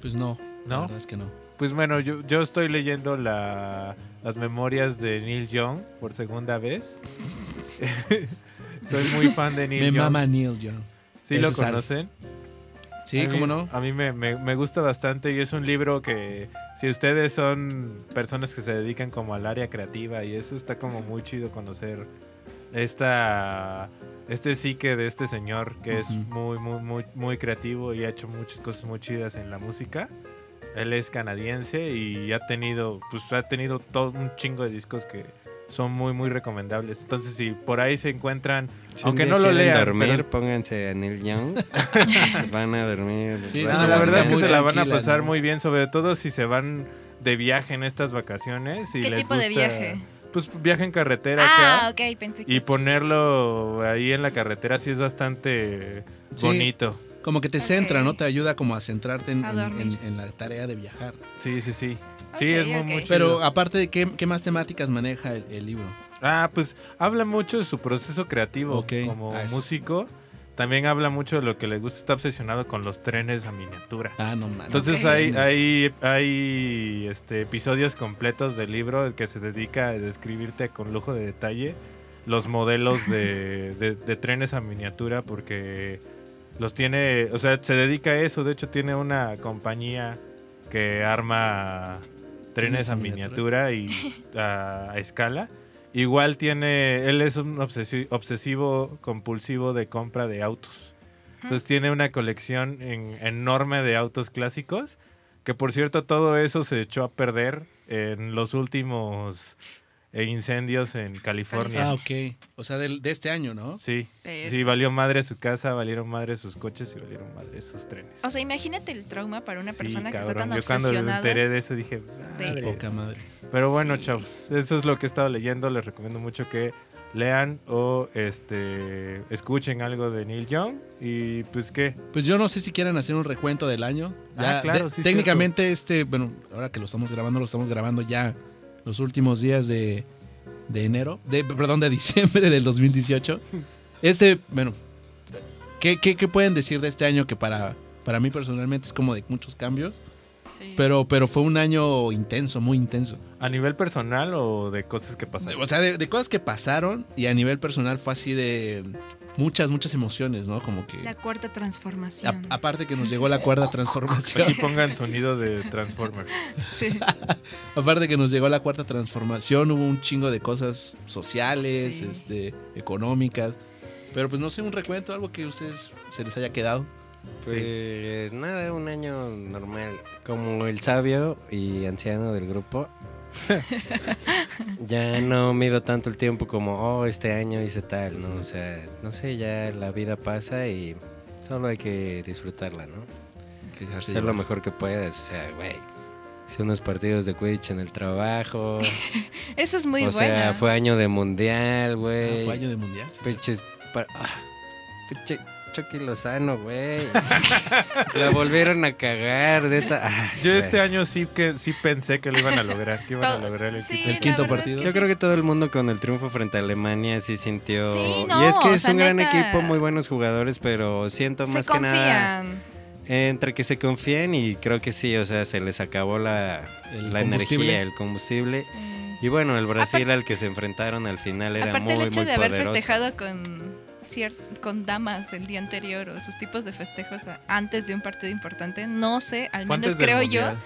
D: Pues no, ¿No? la
C: ¿No?
D: verdad es que no.
C: Pues bueno, yo, yo estoy leyendo la- las memorias de Neil Young por segunda vez.
E: [LAUGHS]
C: [LAUGHS] Soy muy fan de Neil
D: Me
C: Young.
D: mama Neil Young.
C: ¿Sí lo
D: ese sale.
C: conocen?
D: Sí,
C: A mí-
D: cómo no.
C: A mí me, me- me gusta bastante y es un libro que si ustedes son personas que se dedican como al área creativa y eso está como muy chido conocer esta este psique de este señor que es
D: Ujú.
C: muy muy muy muy creativo y ha hecho muchas cosas muy chidas en la música. Él es canadiense y ha tenido pues ha tenido todo un chingo de discos que son muy muy recomendables. Entonces si por ahí se encuentran
E: Si un
C: aunque
E: día
C: no lo
E: quieren
C: lean,
E: dormir,
C: pero-
E: pónganse a Neil Young.
D: [LAUGHS]
E: [LAUGHS] van a dormir.
D: Sí,
E: Bueno,
C: No, la
D: música
C: verdad es que
D: muy
C: se la van a
D: tranquila,
C: pasar
D: ¿no?
C: muy bien, sobre todo si se van de viaje en estas vacaciones. Y
F: ¿Qué
C: les
F: tipo de
C: gusta,
F: viaje?
C: Pues viaje en carretera
F: Ah,
C: acá.
F: ok, pensé que.
C: Y ponerlo ahí en la carretera sí es bastante
D: Sí.
C: bonito.
D: Como que te
F: Ok.
D: centra, ¿no? Te ayuda como a centrarte en,
F: A
D: en-
F: dormir.
D: en- en la tarea de viajar.
C: Sí, sí, sí. Sí,
F: Ok,
C: es muy,
F: ok.
C: muy chido.
D: Pero ah aparte de qué, qué más temáticas maneja el, el libro.
C: Ah, pues habla mucho de su proceso creativo
D: Ok,
C: como
D: ah, eso.
C: músico. También habla mucho de lo que le gusta, está obsesionado con los trenes a miniatura.
D: Ah, no mames.
C: Entonces
F: Ok.
C: hay, hay, hay este, episodios completos del libro que se dedica a describirte con lujo de detalle los modelos de, de- de trenes a miniatura porque los tiene, o sea, se dedica a eso, de hecho tiene una compañía
F: [LAUGHS]
C: que arma trenes a miniatura y a, a escala Igual tiene, él es un obsesi- obsesivo compulsivo de compra de autos. Entonces tiene una colección en- enorme de autos clásicos, que por cierto todo eso se echó a perder en los últimos eh, incendios en California.
D: Ah, ok. O sea, del- de, este año, ¿no?
C: Sí,
F: Pero-
C: sí, valió madre su casa, valieron madre sus coches y valieron madre sus trenes.
F: O sea, imagínate el trauma para una
C: Sí,
F: persona que está
C: cabrón,
F: tan
C: Yo cuando me
F: obsesionada.
C: enteré de eso dije,
F: Sí.
C: "Madre".
D: Poca madre.
C: Pero bueno,
F: Sí.
C: chavos, eso es lo que he estado leyendo. Les recomiendo mucho que lean o este escuchen algo de Neil Young. Y pues qué,
D: Pues yo no sé si quieren hacer un recuento del año.
C: Ah,
D: Ya,
C: claro,
D: de-
C: sí,
D: Técnicamente, este, bueno, ahora que lo estamos grabando, lo estamos grabando ya los últimos días de, de enero, de, perdón, de diciembre del 2018. Este, bueno, ¿qué, qué, qué pueden decir de este año que para, para mí personalmente es como de muchos cambios?
F: Sí.
D: Pero, pero fue un año intenso, muy intenso.
C: a nivel personal o de cosas que pasan.
D: O sea, de, de cosas que pasaron y a nivel personal fue así de muchas, muchas emociones, ¿no? Como que...
F: La cuarta transformación.
D: a- aparte que nos llegó
C: [LAUGHS]
D: la cuarta transformación.
C: Aquí pongan sonido de Transformers.
F: Sí.
D: Aparte que nos llegó la cuarta transformación, hubo un chingo de cosas sociales,
F: Sí.
D: este, económicas. Pero pues no sé, un recuento, algo que a ustedes se les haya quedado.
E: Pues nada, un año normal. Como el sabio y anciano del
D: [LAUGHS]
E: grupo. ya no mido tanto el tiempo como, oh, este año hice tal, ¿no? O sea, no sé, ya la vida pasa y solo hay que disfrutarla, ¿no?
D: Que dejarse
E: Hacer lo
D: llevar.
E: mejor que puedas, o sea, güey. Hice unos partidos de Quidditch en
D: [LAUGHS]
E: el trabajo.
F: Eso es muy
E: o sea,
F: buena.
E: fue año de mundial,
D: Ah,
E: güey.
D: Fue año de mundial.
E: Pinches. par- ah, pinche Chucky Lozano, güey. [LAUGHS] La volvieron a cagar, neta. Ah,
C: Yo
E: güey.
C: este año sí que sí pensé que lo iban a lograr, que iban a
F: Todo-
C: lograr el
F: sí,
C: equipo.
F: la
D: el quinto
F: verdad
D: partido.
F: es que
E: Yo
F: sí.
E: creo que todo el mundo con el triunfo frente a Alemania sí sintió.
F: Sí,
E: y
F: no,
E: es que
F: o
E: es
F: sea,
E: un gran
F: neta.
E: equipo, muy buenos jugadores, pero siento
F: se
E: más que nada
F: confían.
E: entre que se confíen y creo que sí, o sea, se les acabó la,
D: El
E: la
D: combustible.
E: energía, el combustible.
F: Sí.
E: Y bueno, el Brasil
F: Aparte-
E: al que se enfrentaron al final era
F: Aparte
E: muy,
F: el hecho
E: muy
F: de haber
E: poderoso.
F: festejado con cier- con damas el día anterior o sus tipos de festejos a- antes de un partido importante, no sé, al
C: Fue
F: menos
C: antes del
F: creo yo.
C: Mundial.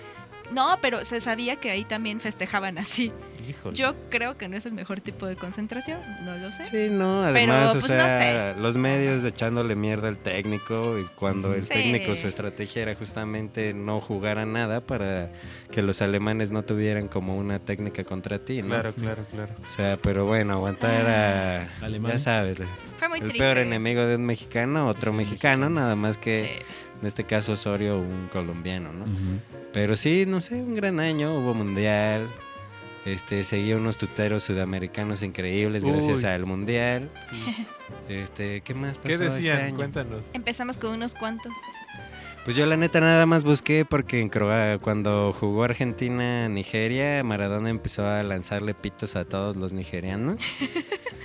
F: No, pero se sabía que ahí también festejaban así.
C: Híjole.
F: Yo creo que no es el mejor tipo de concentración, no lo sé.
E: Sí, no, además,
F: pues,
E: o
F: no
E: sea, los medios de echándole mierda al técnico y cuando el
F: Sí.
E: técnico su estrategia era justamente no jugar a nada para que los alemanes no tuvieran como una técnica contra ti, ¿no?
C: Claro, claro, claro.
E: O sea, pero bueno, aguantar a...
D: Alemán.
E: Ya sabes,
F: Fue muy
E: el
F: triste.
E: peor enemigo de un mexicano, otro
D: Sí,
E: mexicano, nada más que
F: Sí.
E: en este caso Osorio, un colombiano, ¿no?
D: Ujú.
E: Pero sí, no sé, un gran año, hubo mundial. Este, seguí unos tuteros sudamericanos increíbles gracias
C: Uy. [LAUGHS]
E: al mundial. Este, ¿qué más pasó
C: ¿Qué decían?
E: este año?
C: Cuéntanos.
F: Empezamos con unos cuantos.
E: Pues yo la neta nada más busqué porque en Croa- cuando jugó Argentina Nigeria, Maradona empezó a lanzarle pitos a todos
C: [LAUGHS]
E: los nigerianos.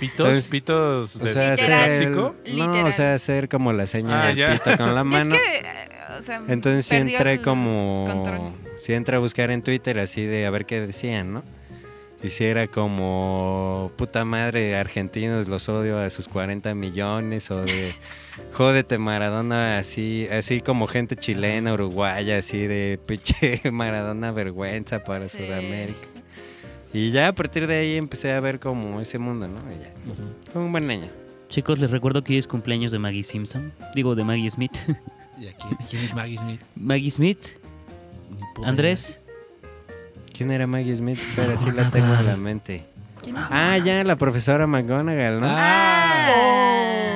C: ¿Pitos?
E: Entonces-
C: Pues, ¿Pitos de
F: Literal.
C: plástico?
E: hacer- no, o
F: Literal.
E: sea, hacer como la señal
C: Ah,
E: del
C: ya.
E: pito con la
F: [LAUGHS]
E: mano.
F: es que, eh, o sea,
E: Entonces sí
F: perdió
E: entré
F: el
E: como.
F: control.
E: Sí entré a buscar en Twitter así de a ver qué decían, ¿no? Y si era como. Puta madre, argentinos los odio a sus 40 millones. O
F: [LAUGHS]
E: de. Jódete Maradona, así. Así como gente chilena, uruguaya, así de. [LAUGHS] Pinche Maradona, vergüenza para
F: Sí.
E: Sudamérica. Y ya a partir de ahí empecé a ver como ese mundo, ¿no? Y ya.
D: Ujú.
E: Fue un buen año.
G: Chicos, les recuerdo que hoy es cumpleaños de Maggie Simpson. Digo, de Maggie Smith. [LAUGHS]
D: ¿Y aquí? ¿Quién es Maggie Smith?
G: Maggie Smith,
D: Ni puta
G: Andrés.
E: ¿Quién era
F: [LAUGHS]
E: Maggie Smith? Espera, sí la tengo en la mente.
F: ¿Quién es?
E: Ah, ya, la profesora McGonagall, ¿no?
F: Ah.
D: idea.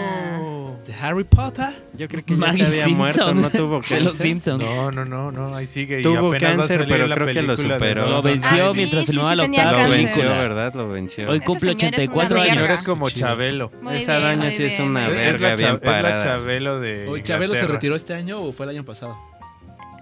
D: ¿De Harry Potter?
E: Yo creo que ya
G: Maggie
E: se había
G: Simpson.
E: muerto, no tuvo
G: De [LAUGHS] los
E: cáncer.
G: Simpson.
C: No, no, no, no, ahí sigue. y apenas
E: Tuvo
C: va a
E: cáncer,
C: salir
E: pero
C: la
E: creo que lo
C: película de
E: superó.
G: Lo
C: Doctor
G: venció
C: Strange.
G: mientras
F: Ah, sí,
G: filmaba
F: sí
G: la
F: tenía
G: octava
E: Lo
F: cáncer.
E: venció,
G: película.
E: ¿verdad? Lo venció.
G: Hoy
F: Ese
G: cumple
F: señor es una
G: 84
F: verga.
G: años.
C: Señor, es como
D: Chido.
C: Chabelo.
F: Muy
E: Esa
F: bien,
E: doña
F: muy
E: sí es
F: bien,
E: una
F: muy bien.
C: Es la,
E: Ah, Verga, bien
C: Cha- es la
E: parada.
C: Chabelo de.
D: Oye, ¿Chabelo se
C: Inglaterra.
D: retiró este año o fue el año pasado?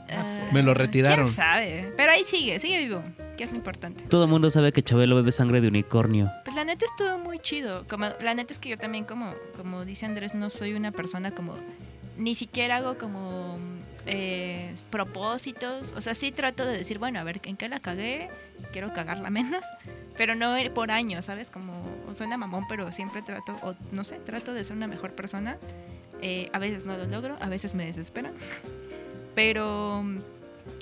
F: Eh,
D: Me lo retiraron.
F: ¿Quién sabe? Pero ahí sigue, sigue vivo, que es lo importante.
G: Todo el mundo sabe que Chabelo bebe sangre de unicornio.
F: Pues la neta estuvo muy chido. Como, la neta es que yo también, como, como dice Andrés, no soy una persona como... Ni siquiera hago como eh, propósitos. O sea, sí trato de decir, bueno, a ver, ¿en qué la cagué? Quiero cagarla menos. Pero no ir por año, ¿sabes? Como suena mamón, pero siempre trato, o no sé, trato de ser una mejor persona. Eh, a veces no lo logro, a veces me desesperan. Pero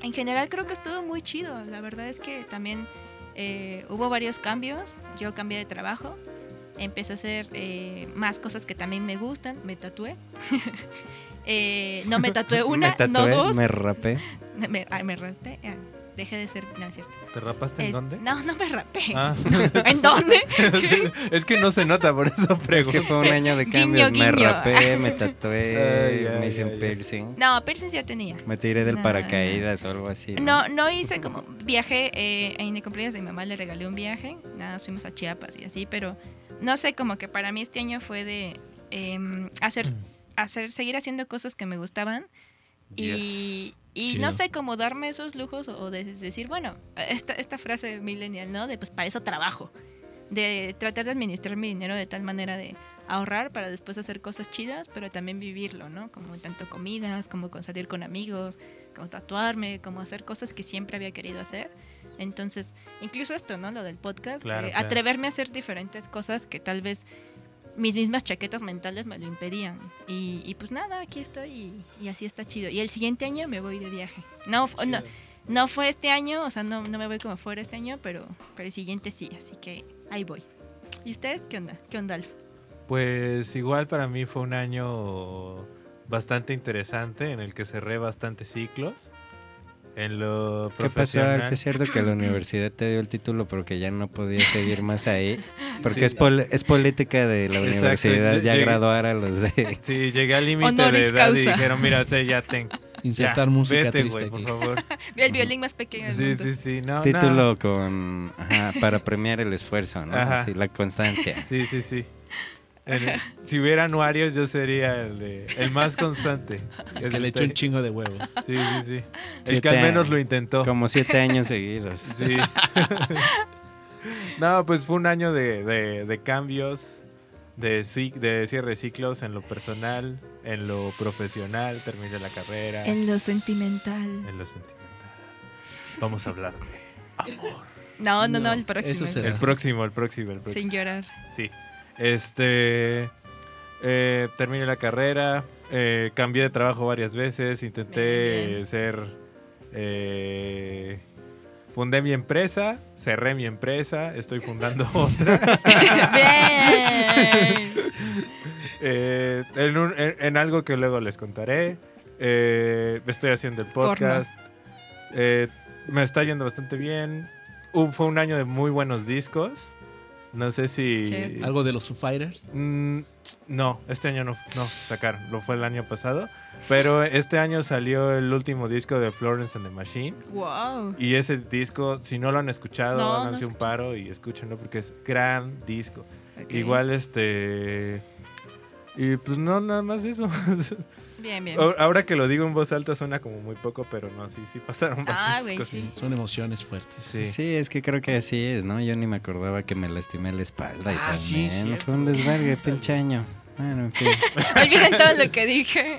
F: en general creo que estuvo muy chido. La verdad es que también eh, hubo varios cambios. Yo cambié de trabajo, empecé a hacer eh, más cosas que también me gustan. Me tatué. [LAUGHS] Eh, no me tatué una,
E: [LAUGHS] me tatué,
F: no dos.
E: me rapé.
F: Me, ah, me rapé. ah, dejé de ser. No, es cierto.
C: ¿Te rapaste
F: Es-
C: en
F: [LAUGHS]
C: dónde?
F: No, no me rapé.
C: Ah.
F: [LAUGHS]
C: [LAUGHS]
F: ¿En dónde?
C: es que no se nota, por eso
E: Es
C: pregunto.
E: que fue un año de
F: Guiño,
E: cambios. Me
F: guiño.
E: rapé, me tatué,
C: Ay, ay,
E: me hice
C: ay,
E: un
C: ay.
E: piercing.
F: No, piercing ya tenía.
E: Me tiré del
F: No,
E: paracaídas o algo así.
F: No, no hice como viaje eh, en el cumpleaños de mi mamá le regalé un viaje, nada, nos fuimos a Chiapas y así, pero no sé, como que para mí este año fue de em, hacer, hacer, seguir haciendo cosas que me gustaban y, y no
D: Chido.
F: sé, como darme esos lujos o, o de- decir, bueno, esta, esta frase millennial, ¿no? De pues para eso trabajo, de tratar de administrar mi dinero de tal manera de ahorrar para después hacer cosas chidas, pero también vivirlo, ¿no? Como tanto comidas, como con salir con amigos, como tatuarme, como hacer cosas que siempre había querido hacer. Entonces, incluso esto, ¿no? Lo del podcast,
C: Claro,
F: eh,
C: claro.
F: atreverme a hacer diferentes cosas que tal vez mis mismas chaquetas mentales me lo impedían. Y, y pues nada, aquí estoy y, y así está chido. Y el siguiente año me voy de viaje. No, fu- no, no fue este año, o sea, no, no me voy como fuera este año, pero, pero el siguiente sí, así que ahí voy. ¿Y ustedes qué onda? ¿Qué onda? [LAUGHS] Alf?
C: Pues igual para mí fue un año bastante interesante en el que cerré bastantes ciclos. En lo
E: ¿Qué pasó,
C: profesional.
E: Alf? Es cierto que la universidad te dio el título porque ya no podías seguir más ahí. Porque
C: Sí.
E: es, pol- es política de la
C: Exacto,
E: universidad
C: lle-
E: ya
C: llegué-
E: graduar a los de...
C: Sí, llegué al límite de
F: Honoris
C: edad y
F: causa.
C: dijeron, mira, o sea, ya ten.
D: [LAUGHS] Insertar
C: ya,
D: música
C: vete,
D: triste
C: güey,
D: aquí.
C: por
F: [LAUGHS]
C: favor.
F: El violín más pequeño del
C: Sí,
F: mundo.
C: sí, sí, no,
E: Título
C: no.
E: con... ajá, para premiar el esfuerzo, ¿no?
C: Ajá.
E: Así, la
D: [LAUGHS]
E: constancia.
C: Sí, sí,
F: [LAUGHS]
C: sí. El- si hubiera anuarios, yo sería el, de- el más constante.
D: Que le echó
C: estoy-
D: un chingo de huevos.
C: Sí, sí, sí. El
E: Siete
C: que al
E: años.
C: menos lo intentó.
E: Como siete años seguidos.
C: Sí. [LAUGHS] no, pues fue un año de, de- de cambios, de, ci- de cierre de ciclos en lo personal, en lo profesional, terminé la carrera,
F: En lo sentimental.
C: en lo sentimental. Vamos a hablar de-
F: No, no, no,
D: No,
F: el próximo.
D: eso será.
C: El próximo, el próximo, el próximo.
F: Sin llorar.
C: Sí. Este. eh, terminé la carrera. eh, cambié de trabajo varias veces. Intenté
F: Bien, bien.
C: eh, ser. eh, fundé mi empresa. Cerré mi empresa. Estoy fundando [LAUGHS] otra.
F: Bien.
C: eh, en, un- en- en algo que luego les contaré. eh, estoy haciendo el podcast. eh, me está yendo bastante bien. Un- fue un año de muy buenos discos. No sé si.
F: Sí.
D: Algo de los Foo Fighters.
C: Mm, no, este año no, no sacaron, lo fue el año pasado. Pero este año salió el último disco de Florence and the Machine.
F: Wow.
C: Y ese disco, si no lo han escuchado,
F: No, no
C: háganse
F: he
C: un paro y escúchenlo porque es gran disco.
F: ok.
C: Igual este. Y pues no, nada más eso.
F: Bien, bien.
C: Ahora- Ahora que lo digo en voz alta suena como muy poco, pero no, sí, sí pasaron
F: Ah,
C: bastantes
F: güey,
C: cosas.
F: sí.
D: Son emociones fuertes.
C: Sí.
E: Sí, es que creo que así es, ¿no? Yo ni me acordaba que me lastimé la espalda y
D: Ah, sí,
E: también.
D: cierto.
E: Fue un desvergue, pinche año. Bueno, en fin.
F: Olviden todo lo que dije.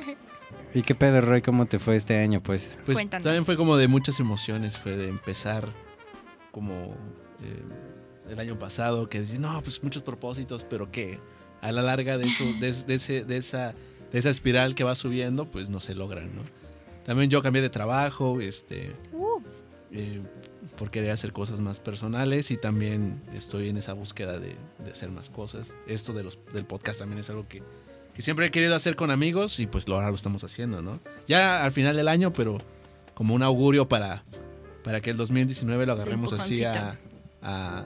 E: ¿Y qué pedo, Roy? ¿Cómo te fue este año, pues?
D: Pues
F: Cuéntanos.
D: también fue como de muchas emociones, fue de empezar como eh, el año pasado, que decís, no, pues muchos propósitos, pero que a la larga de, eso, de, es- de ese- de esa, de esa espiral que va subiendo, pues no se logran, ¿no? También yo cambié de trabajo, este,
F: Uh,
D: eh, por querer hacer cosas más personales y también estoy en esa búsqueda de, de hacer más cosas. Esto de los, del podcast también es algo que, que siempre he querido hacer con amigos y pues lo- ahora lo estamos haciendo, ¿no? Ya al final del año, pero como un augurio para, para que el 2019 lo agarremos así a, a-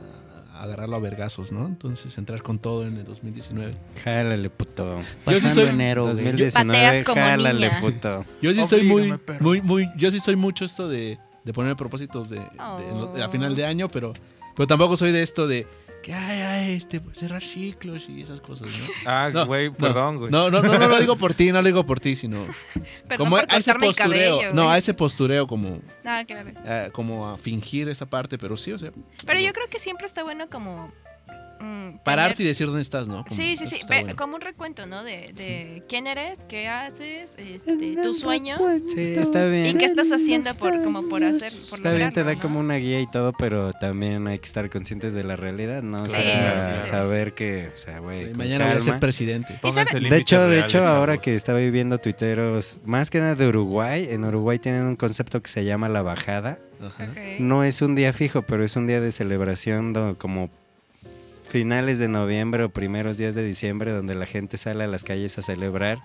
D: a agarrarlo a vergazos, ¿no? Entonces entrar con todo en el 2019.
E: Jálale, puto.
G: Pasando
D: sí soy-
G: enero, güey.
E: 2019,
F: Pateas como
E: jálale,
F: niña.
E: puto.
D: Yo sí soy muy,
C: Oblígame, perro.
D: muy, muy, yo sí soy mucho esto de, de ponerme propósitos de, de-
F: Oh.
D: de a final de año, pero, pero tampoco soy de esto de que ay, ay, este cerrar ciclos y esas cosas, ¿no?
C: Ah,
D: No,
C: güey,
D: no,
C: perdón, güey.
D: No, no, no, no lo digo por ti, no lo digo por ti, sino
F: [LAUGHS] perdón
D: como
F: por
D: a ese
F: cortarme el
D: postureo,
F: cabello.
D: no,
F: güey.
D: a ese postureo como,
F: Ah, claro.
D: eh, como a fingir esa parte, pero sí, o sea,
F: Pero yo creo que siempre está bueno como... mm,
D: pararte y
F: tener-
D: decir dónde estás, ¿no? Como,
F: Sí, sí,
D: eso
F: sí.
D: está
F: ve-
D: bueno.
F: Como un recuento, ¿no? De, de quién eres, qué haces, este, tus sueños
E: Sí, está bien.
F: y qué estás haciendo por como por hacer, por
E: Está bien, te da
F: lograrlo, ¿no?
E: como una guía y todo, pero también hay que estar conscientes de la realidad, ¿no? O
F: Sí,
E: sea,
F: sí, sí.
E: saber que, o sea, güey,
D: Y
E: con
D: Eh, mañana voy a
E: calma.
D: ser presidente.
C: Pónganse
E: De
C: límites
E: hecho, de
C: reales,
E: hecho, ahora
C: chavos.
E: que estaba viviendo tuiteros, más que nada de Uruguay, en Uruguay tienen un concepto que se llama la bajada,
D: Ajá.
E: No es un día fijo, pero es un día de celebración do- como finales de noviembre o primeros días de diciembre donde la gente sale a las calles a celebrar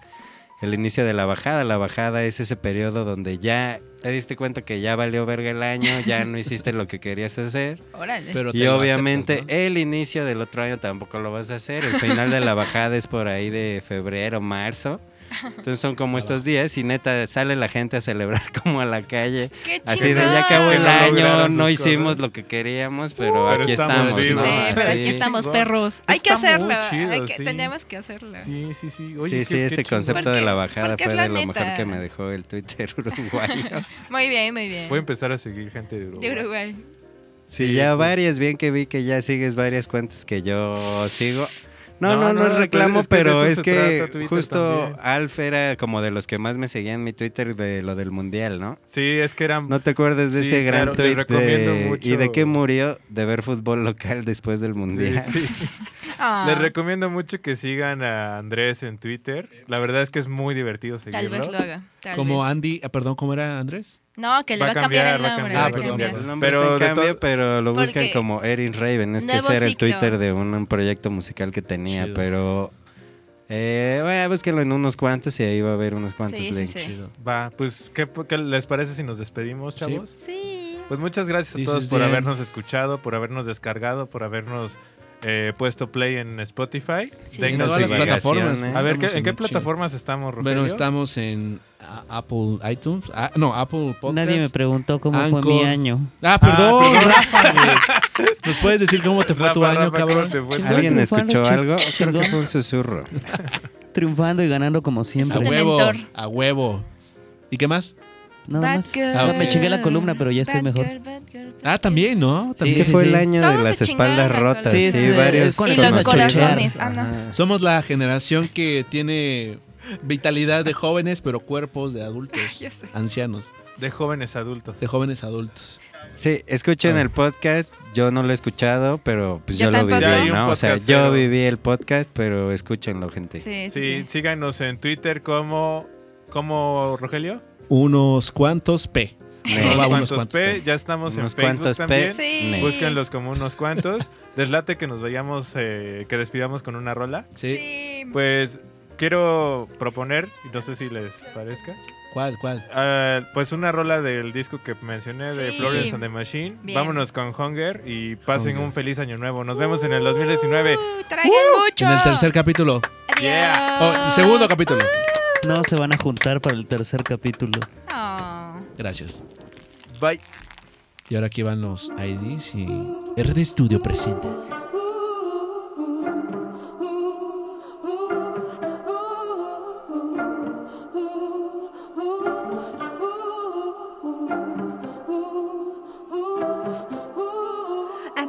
E: el inicio de la bajada. La bajada es ese periodo donde ya te diste cuenta que ya valió verga el año, ya no hiciste lo que querías hacer.
F: Órale.
D: Pero te
E: Y
D: lo
E: obviamente
D: aceptas,
E: el inicio del otro año tampoco lo vas a hacer. El final de la bajada es por ahí de febrero, marzo. Entonces son como estos días y neta sale la gente a celebrar [LAUGHS] como a la calle
F: ¡Qué chido!
E: Así de ya acabó el
C: Que no
E: año,
C: lograron
E: no
C: sus
E: hicimos
C: cosas.
E: lo que queríamos, pero
C: Pero
E: aquí
C: estamos
E: estamos,
C: vivos.
E: ¿no?
F: Sí, [LAUGHS] pero aquí
E: Así.
F: estamos,
C: Chingón.
F: perros. Hay que
C: Está muy
F: hacerlo.
C: chido,
F: hay que-
C: sí.
F: Tenemos que hacerlo.
C: Sí, sí, sí.
E: Sí,
C: Oye,
E: sí,
C: qué- qué
E: ese
C: chingón.
E: concepto
F: Porque-
E: de la bajada
F: porque
E: fue
F: es la
E: de lo
F: neta.
E: mejor que me dejó el Twitter [LAUGHS] uruguayo.
F: Muy bien, muy bien.
C: Voy a empezar a seguir gente de Uruguay.
F: De Uruguay.
E: Sí, ya
C: pues.
E: varias, bien que vi que ya sigues varias cuentas que yo sigo. No,
C: No,
E: no, no,
C: no,
E: es reclamo, pero es
C: de eso se
E: que,
C: trata Twitter
E: justo
C: también.
E: Alf era como de los que más me seguían en mi Twitter de lo del mundial, ¿no?
C: Sí, es que eran.
E: ¿No te acuerdas de
C: Sí,
E: ese gran
C: claro, les
E: tweet
C: recomiendo
E: de-
C: mucho-
E: y de qué murió de ver fútbol local después del
C: Sí,
E: mundial?
C: sí.
D: [LAUGHS]
F: Ah,
C: Les recomiendo mucho que sigan a Andrés en Twitter. La verdad es que es muy divertido seguirlo.
F: tal vez lo haga. tal
D: Como
F: vez.
D: Andy, ah, perdón, ¿cómo era Andrés?
F: No, que le va a cambiar, el nombre.
D: cambiar,
F: va
D: Ah,
F: a
D: perdón,
F: cambiar.
D: perdón.
E: [LAUGHS] El nombre
C: Pero
E: pero
C: de
E: cambio,
C: to-
E: pero lo buscan
F: Porque-
E: como Erin Raven. Es que
F: Nuevo
E: ese era el
F: ciclo.
E: Twitter de un, un proyecto musical que tenía,
D: Chido.
E: pero. Eh, bueno, búsquenlo en unos cuantos y ahí va a haber unos cuantos
F: Sí, sí,
E: links.
F: sí.
D: Chido.
C: Va, pues, ¿qué, qué les parece si nos despedimos,
D: Sí.
C: chavos?
F: Sí.
C: Pues muchas gracias a
D: This
C: todos
D: is
C: por
D: the end.
C: habernos escuchado, por habernos descargado, por habernos eh, puesto play en Spotify.
F: Sí.
C: Dennos
D: Todas las
C: feedback.
E: plataformas.
D: plataformas.
E: A
C: A ver, ¿qué-
D: Estamos
C: ¿en qué
D: un chingo.
C: plataformas estamos, Rogelio?
D: Bueno, estamos en ah, Apple iTunes. Ah, no, Apple Podcast.
G: Nadie me preguntó cómo fue mi
D: Anchor.
G: año.
D: Ah, perdón, [LAUGHS] Rafa. güey. ¿Nos puedes decir cómo te fue
C: Rafa,
D: tu año,
C: Rafa, ¿cómo
D: cabrón?
C: te fue?
G: Chingón.
E: ¿Alguien
G: Igual,
E: escuchó
G: chingón.
E: algo? Creo que
G: Chingón.
E: fue un susurro.
G: Triunfando y ganando como
D: A
G: siempre.
F: Exacto.
D: huevo,
F: mentor.
D: a huevo. ¿Y qué más?
G: Nada
F: Bad
G: más.
F: girl,
G: Ah, me chingué la columna, pero ya
F: bad
G: estoy mejor.
F: girl, bad girl, bad
D: Ah, también, ¿no?
E: es
D: También.
E: que
G: sí,
E: fue
G: sí.
E: el año
F: Todos
E: de las
F: se chingaron
E: espaldas
F: la
E: rotas.
F: cola.
E: Sí,
G: Sí, es,
E: varios.
G: es con
F: Y los
E: conocidos.
F: corazones, ah, no.
E: Ajá.
D: Somos la generación que tiene vitalidad de jóvenes, pero cuerpos de
G: [LAUGHS]
D: adultos,
F: girl. Ya sé.
D: ancianos,
C: De jóvenes adultos.
D: de jóvenes adultos.
E: Sí, escuchen
D: Ah.
E: el podcast. Yo no lo he escuchado, pero pues
F: Yo
E: yo, lo
F: tampoco.
E: viví,
F: Ya hay
C: un
E: ¿no? O sea,
C: podcastero.
E: yo viví el podcast, pero escúchenlo, gente.
F: Sí, sí,
C: Sí,
F: sí.
C: síganos en Twitter como... ¿Cómo, Rogelio?
D: Unos cuantos P. va,
E: Nel.
C: unos
D: unos
C: cuantos
D: cuantos
C: P.
D: P.
C: Ya estamos en
E: Unos
C: Facebook
E: cuantos P.
C: también.
F: Sí.
E: Next.
C: Búsquenlos como unos
F: [LAUGHS]
C: cuantos. Deslate que nos vayamos, eh, que despidamos con una rola.
D: ¿Sí?
F: Sí.
C: Pues quiero proponer, y no sé si les parezca,
D: ¿Cuál, cuál?
C: ah, pues una rola del disco que mencioné de
F: Sí.
C: Florence and the Machine.
F: Bien.
C: Vámonos con Hunger y pasen
D: Hunger.
C: un feliz año nuevo. Nos vemos en el 2019.
F: Uh, traigan mucho.
D: En el tercer capítulo.
F: Adiós.
C: Yeah.
D: Oh, segundo capítulo.
G: No se van a juntar para el tercer capítulo.
F: Ah.
D: Gracias.
C: Pues, Bye.
D: Y ahora aquí van los IDs y RD Studio presenta.
K: At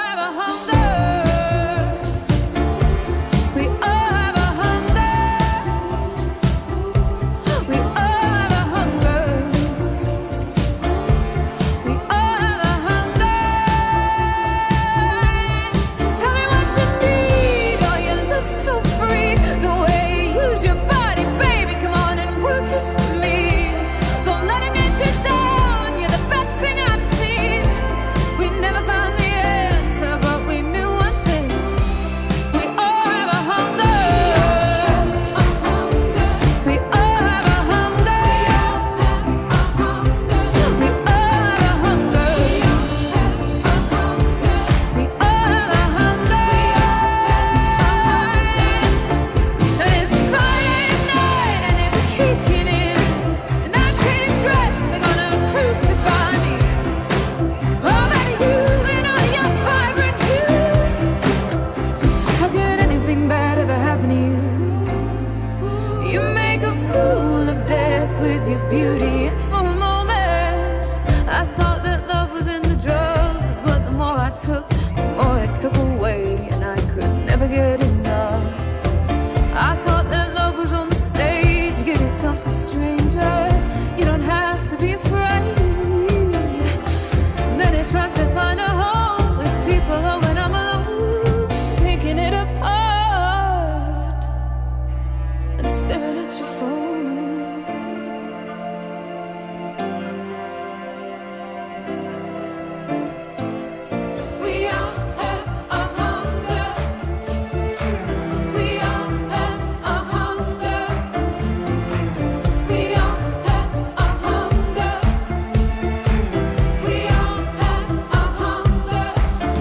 K: have a hunger. We all have a hunger. We all have a hunger. We all have a hunger. Tell me what you need. Oh, you look so free. The way you use your body, baby, come on and work it for me. Don't let it get you down. You're the best thing I've seen. We never found the answer, but we knew one thing. We all have a hunger. We all have a hunger. We all have a hunger. We all have a hunger. And it's Friday night and it's kicking in. And I came dressed, they're gonna crucify me. Oh, but you've been on your vibrant hues. How could anything bad ever happen to you? You make a fool of death with your beauty, and for a moment I thought that love was in the drugs, but the more I took, the more it took away, and I could never get enough. I thought that love was on the stage. You give yourself to strangers. You don't have to be afraid.
F: at your phone. We all have a hunger. We all have a hunger. We all have a hunger. We all have a hunger.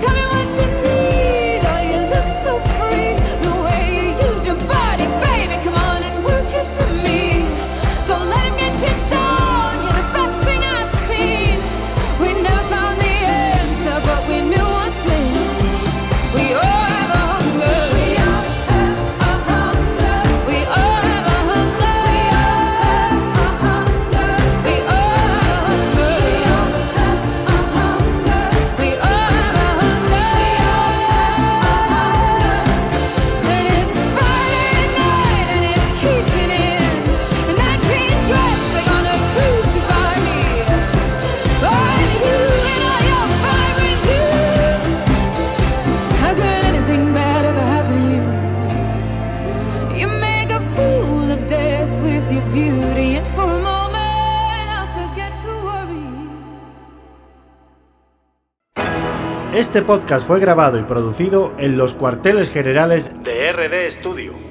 F: Tell me what you need. Oh, you look so free. The way you use your body, baby. Come on and work it for me. Don't let him get you down. You're the best thing I've seen. We never found the answer, but we knew one thing. We all have a hunger. We all have a hunger. We all have a hunger. We all have a hunger. We all have a hunger. We all have a hunger. We all have a hunger. We all have a hunger. And it's Friday night and it's kicking in. And that green dress, they're gonna crucify me. Oh, and you and all your vibrant youth. How could anything bad ever happen to you? You make a fool of death with your beauty, and for a moment I forget to worry.
B: Este podcast fue grabado y producido en los cuarteles generales de RD Studio.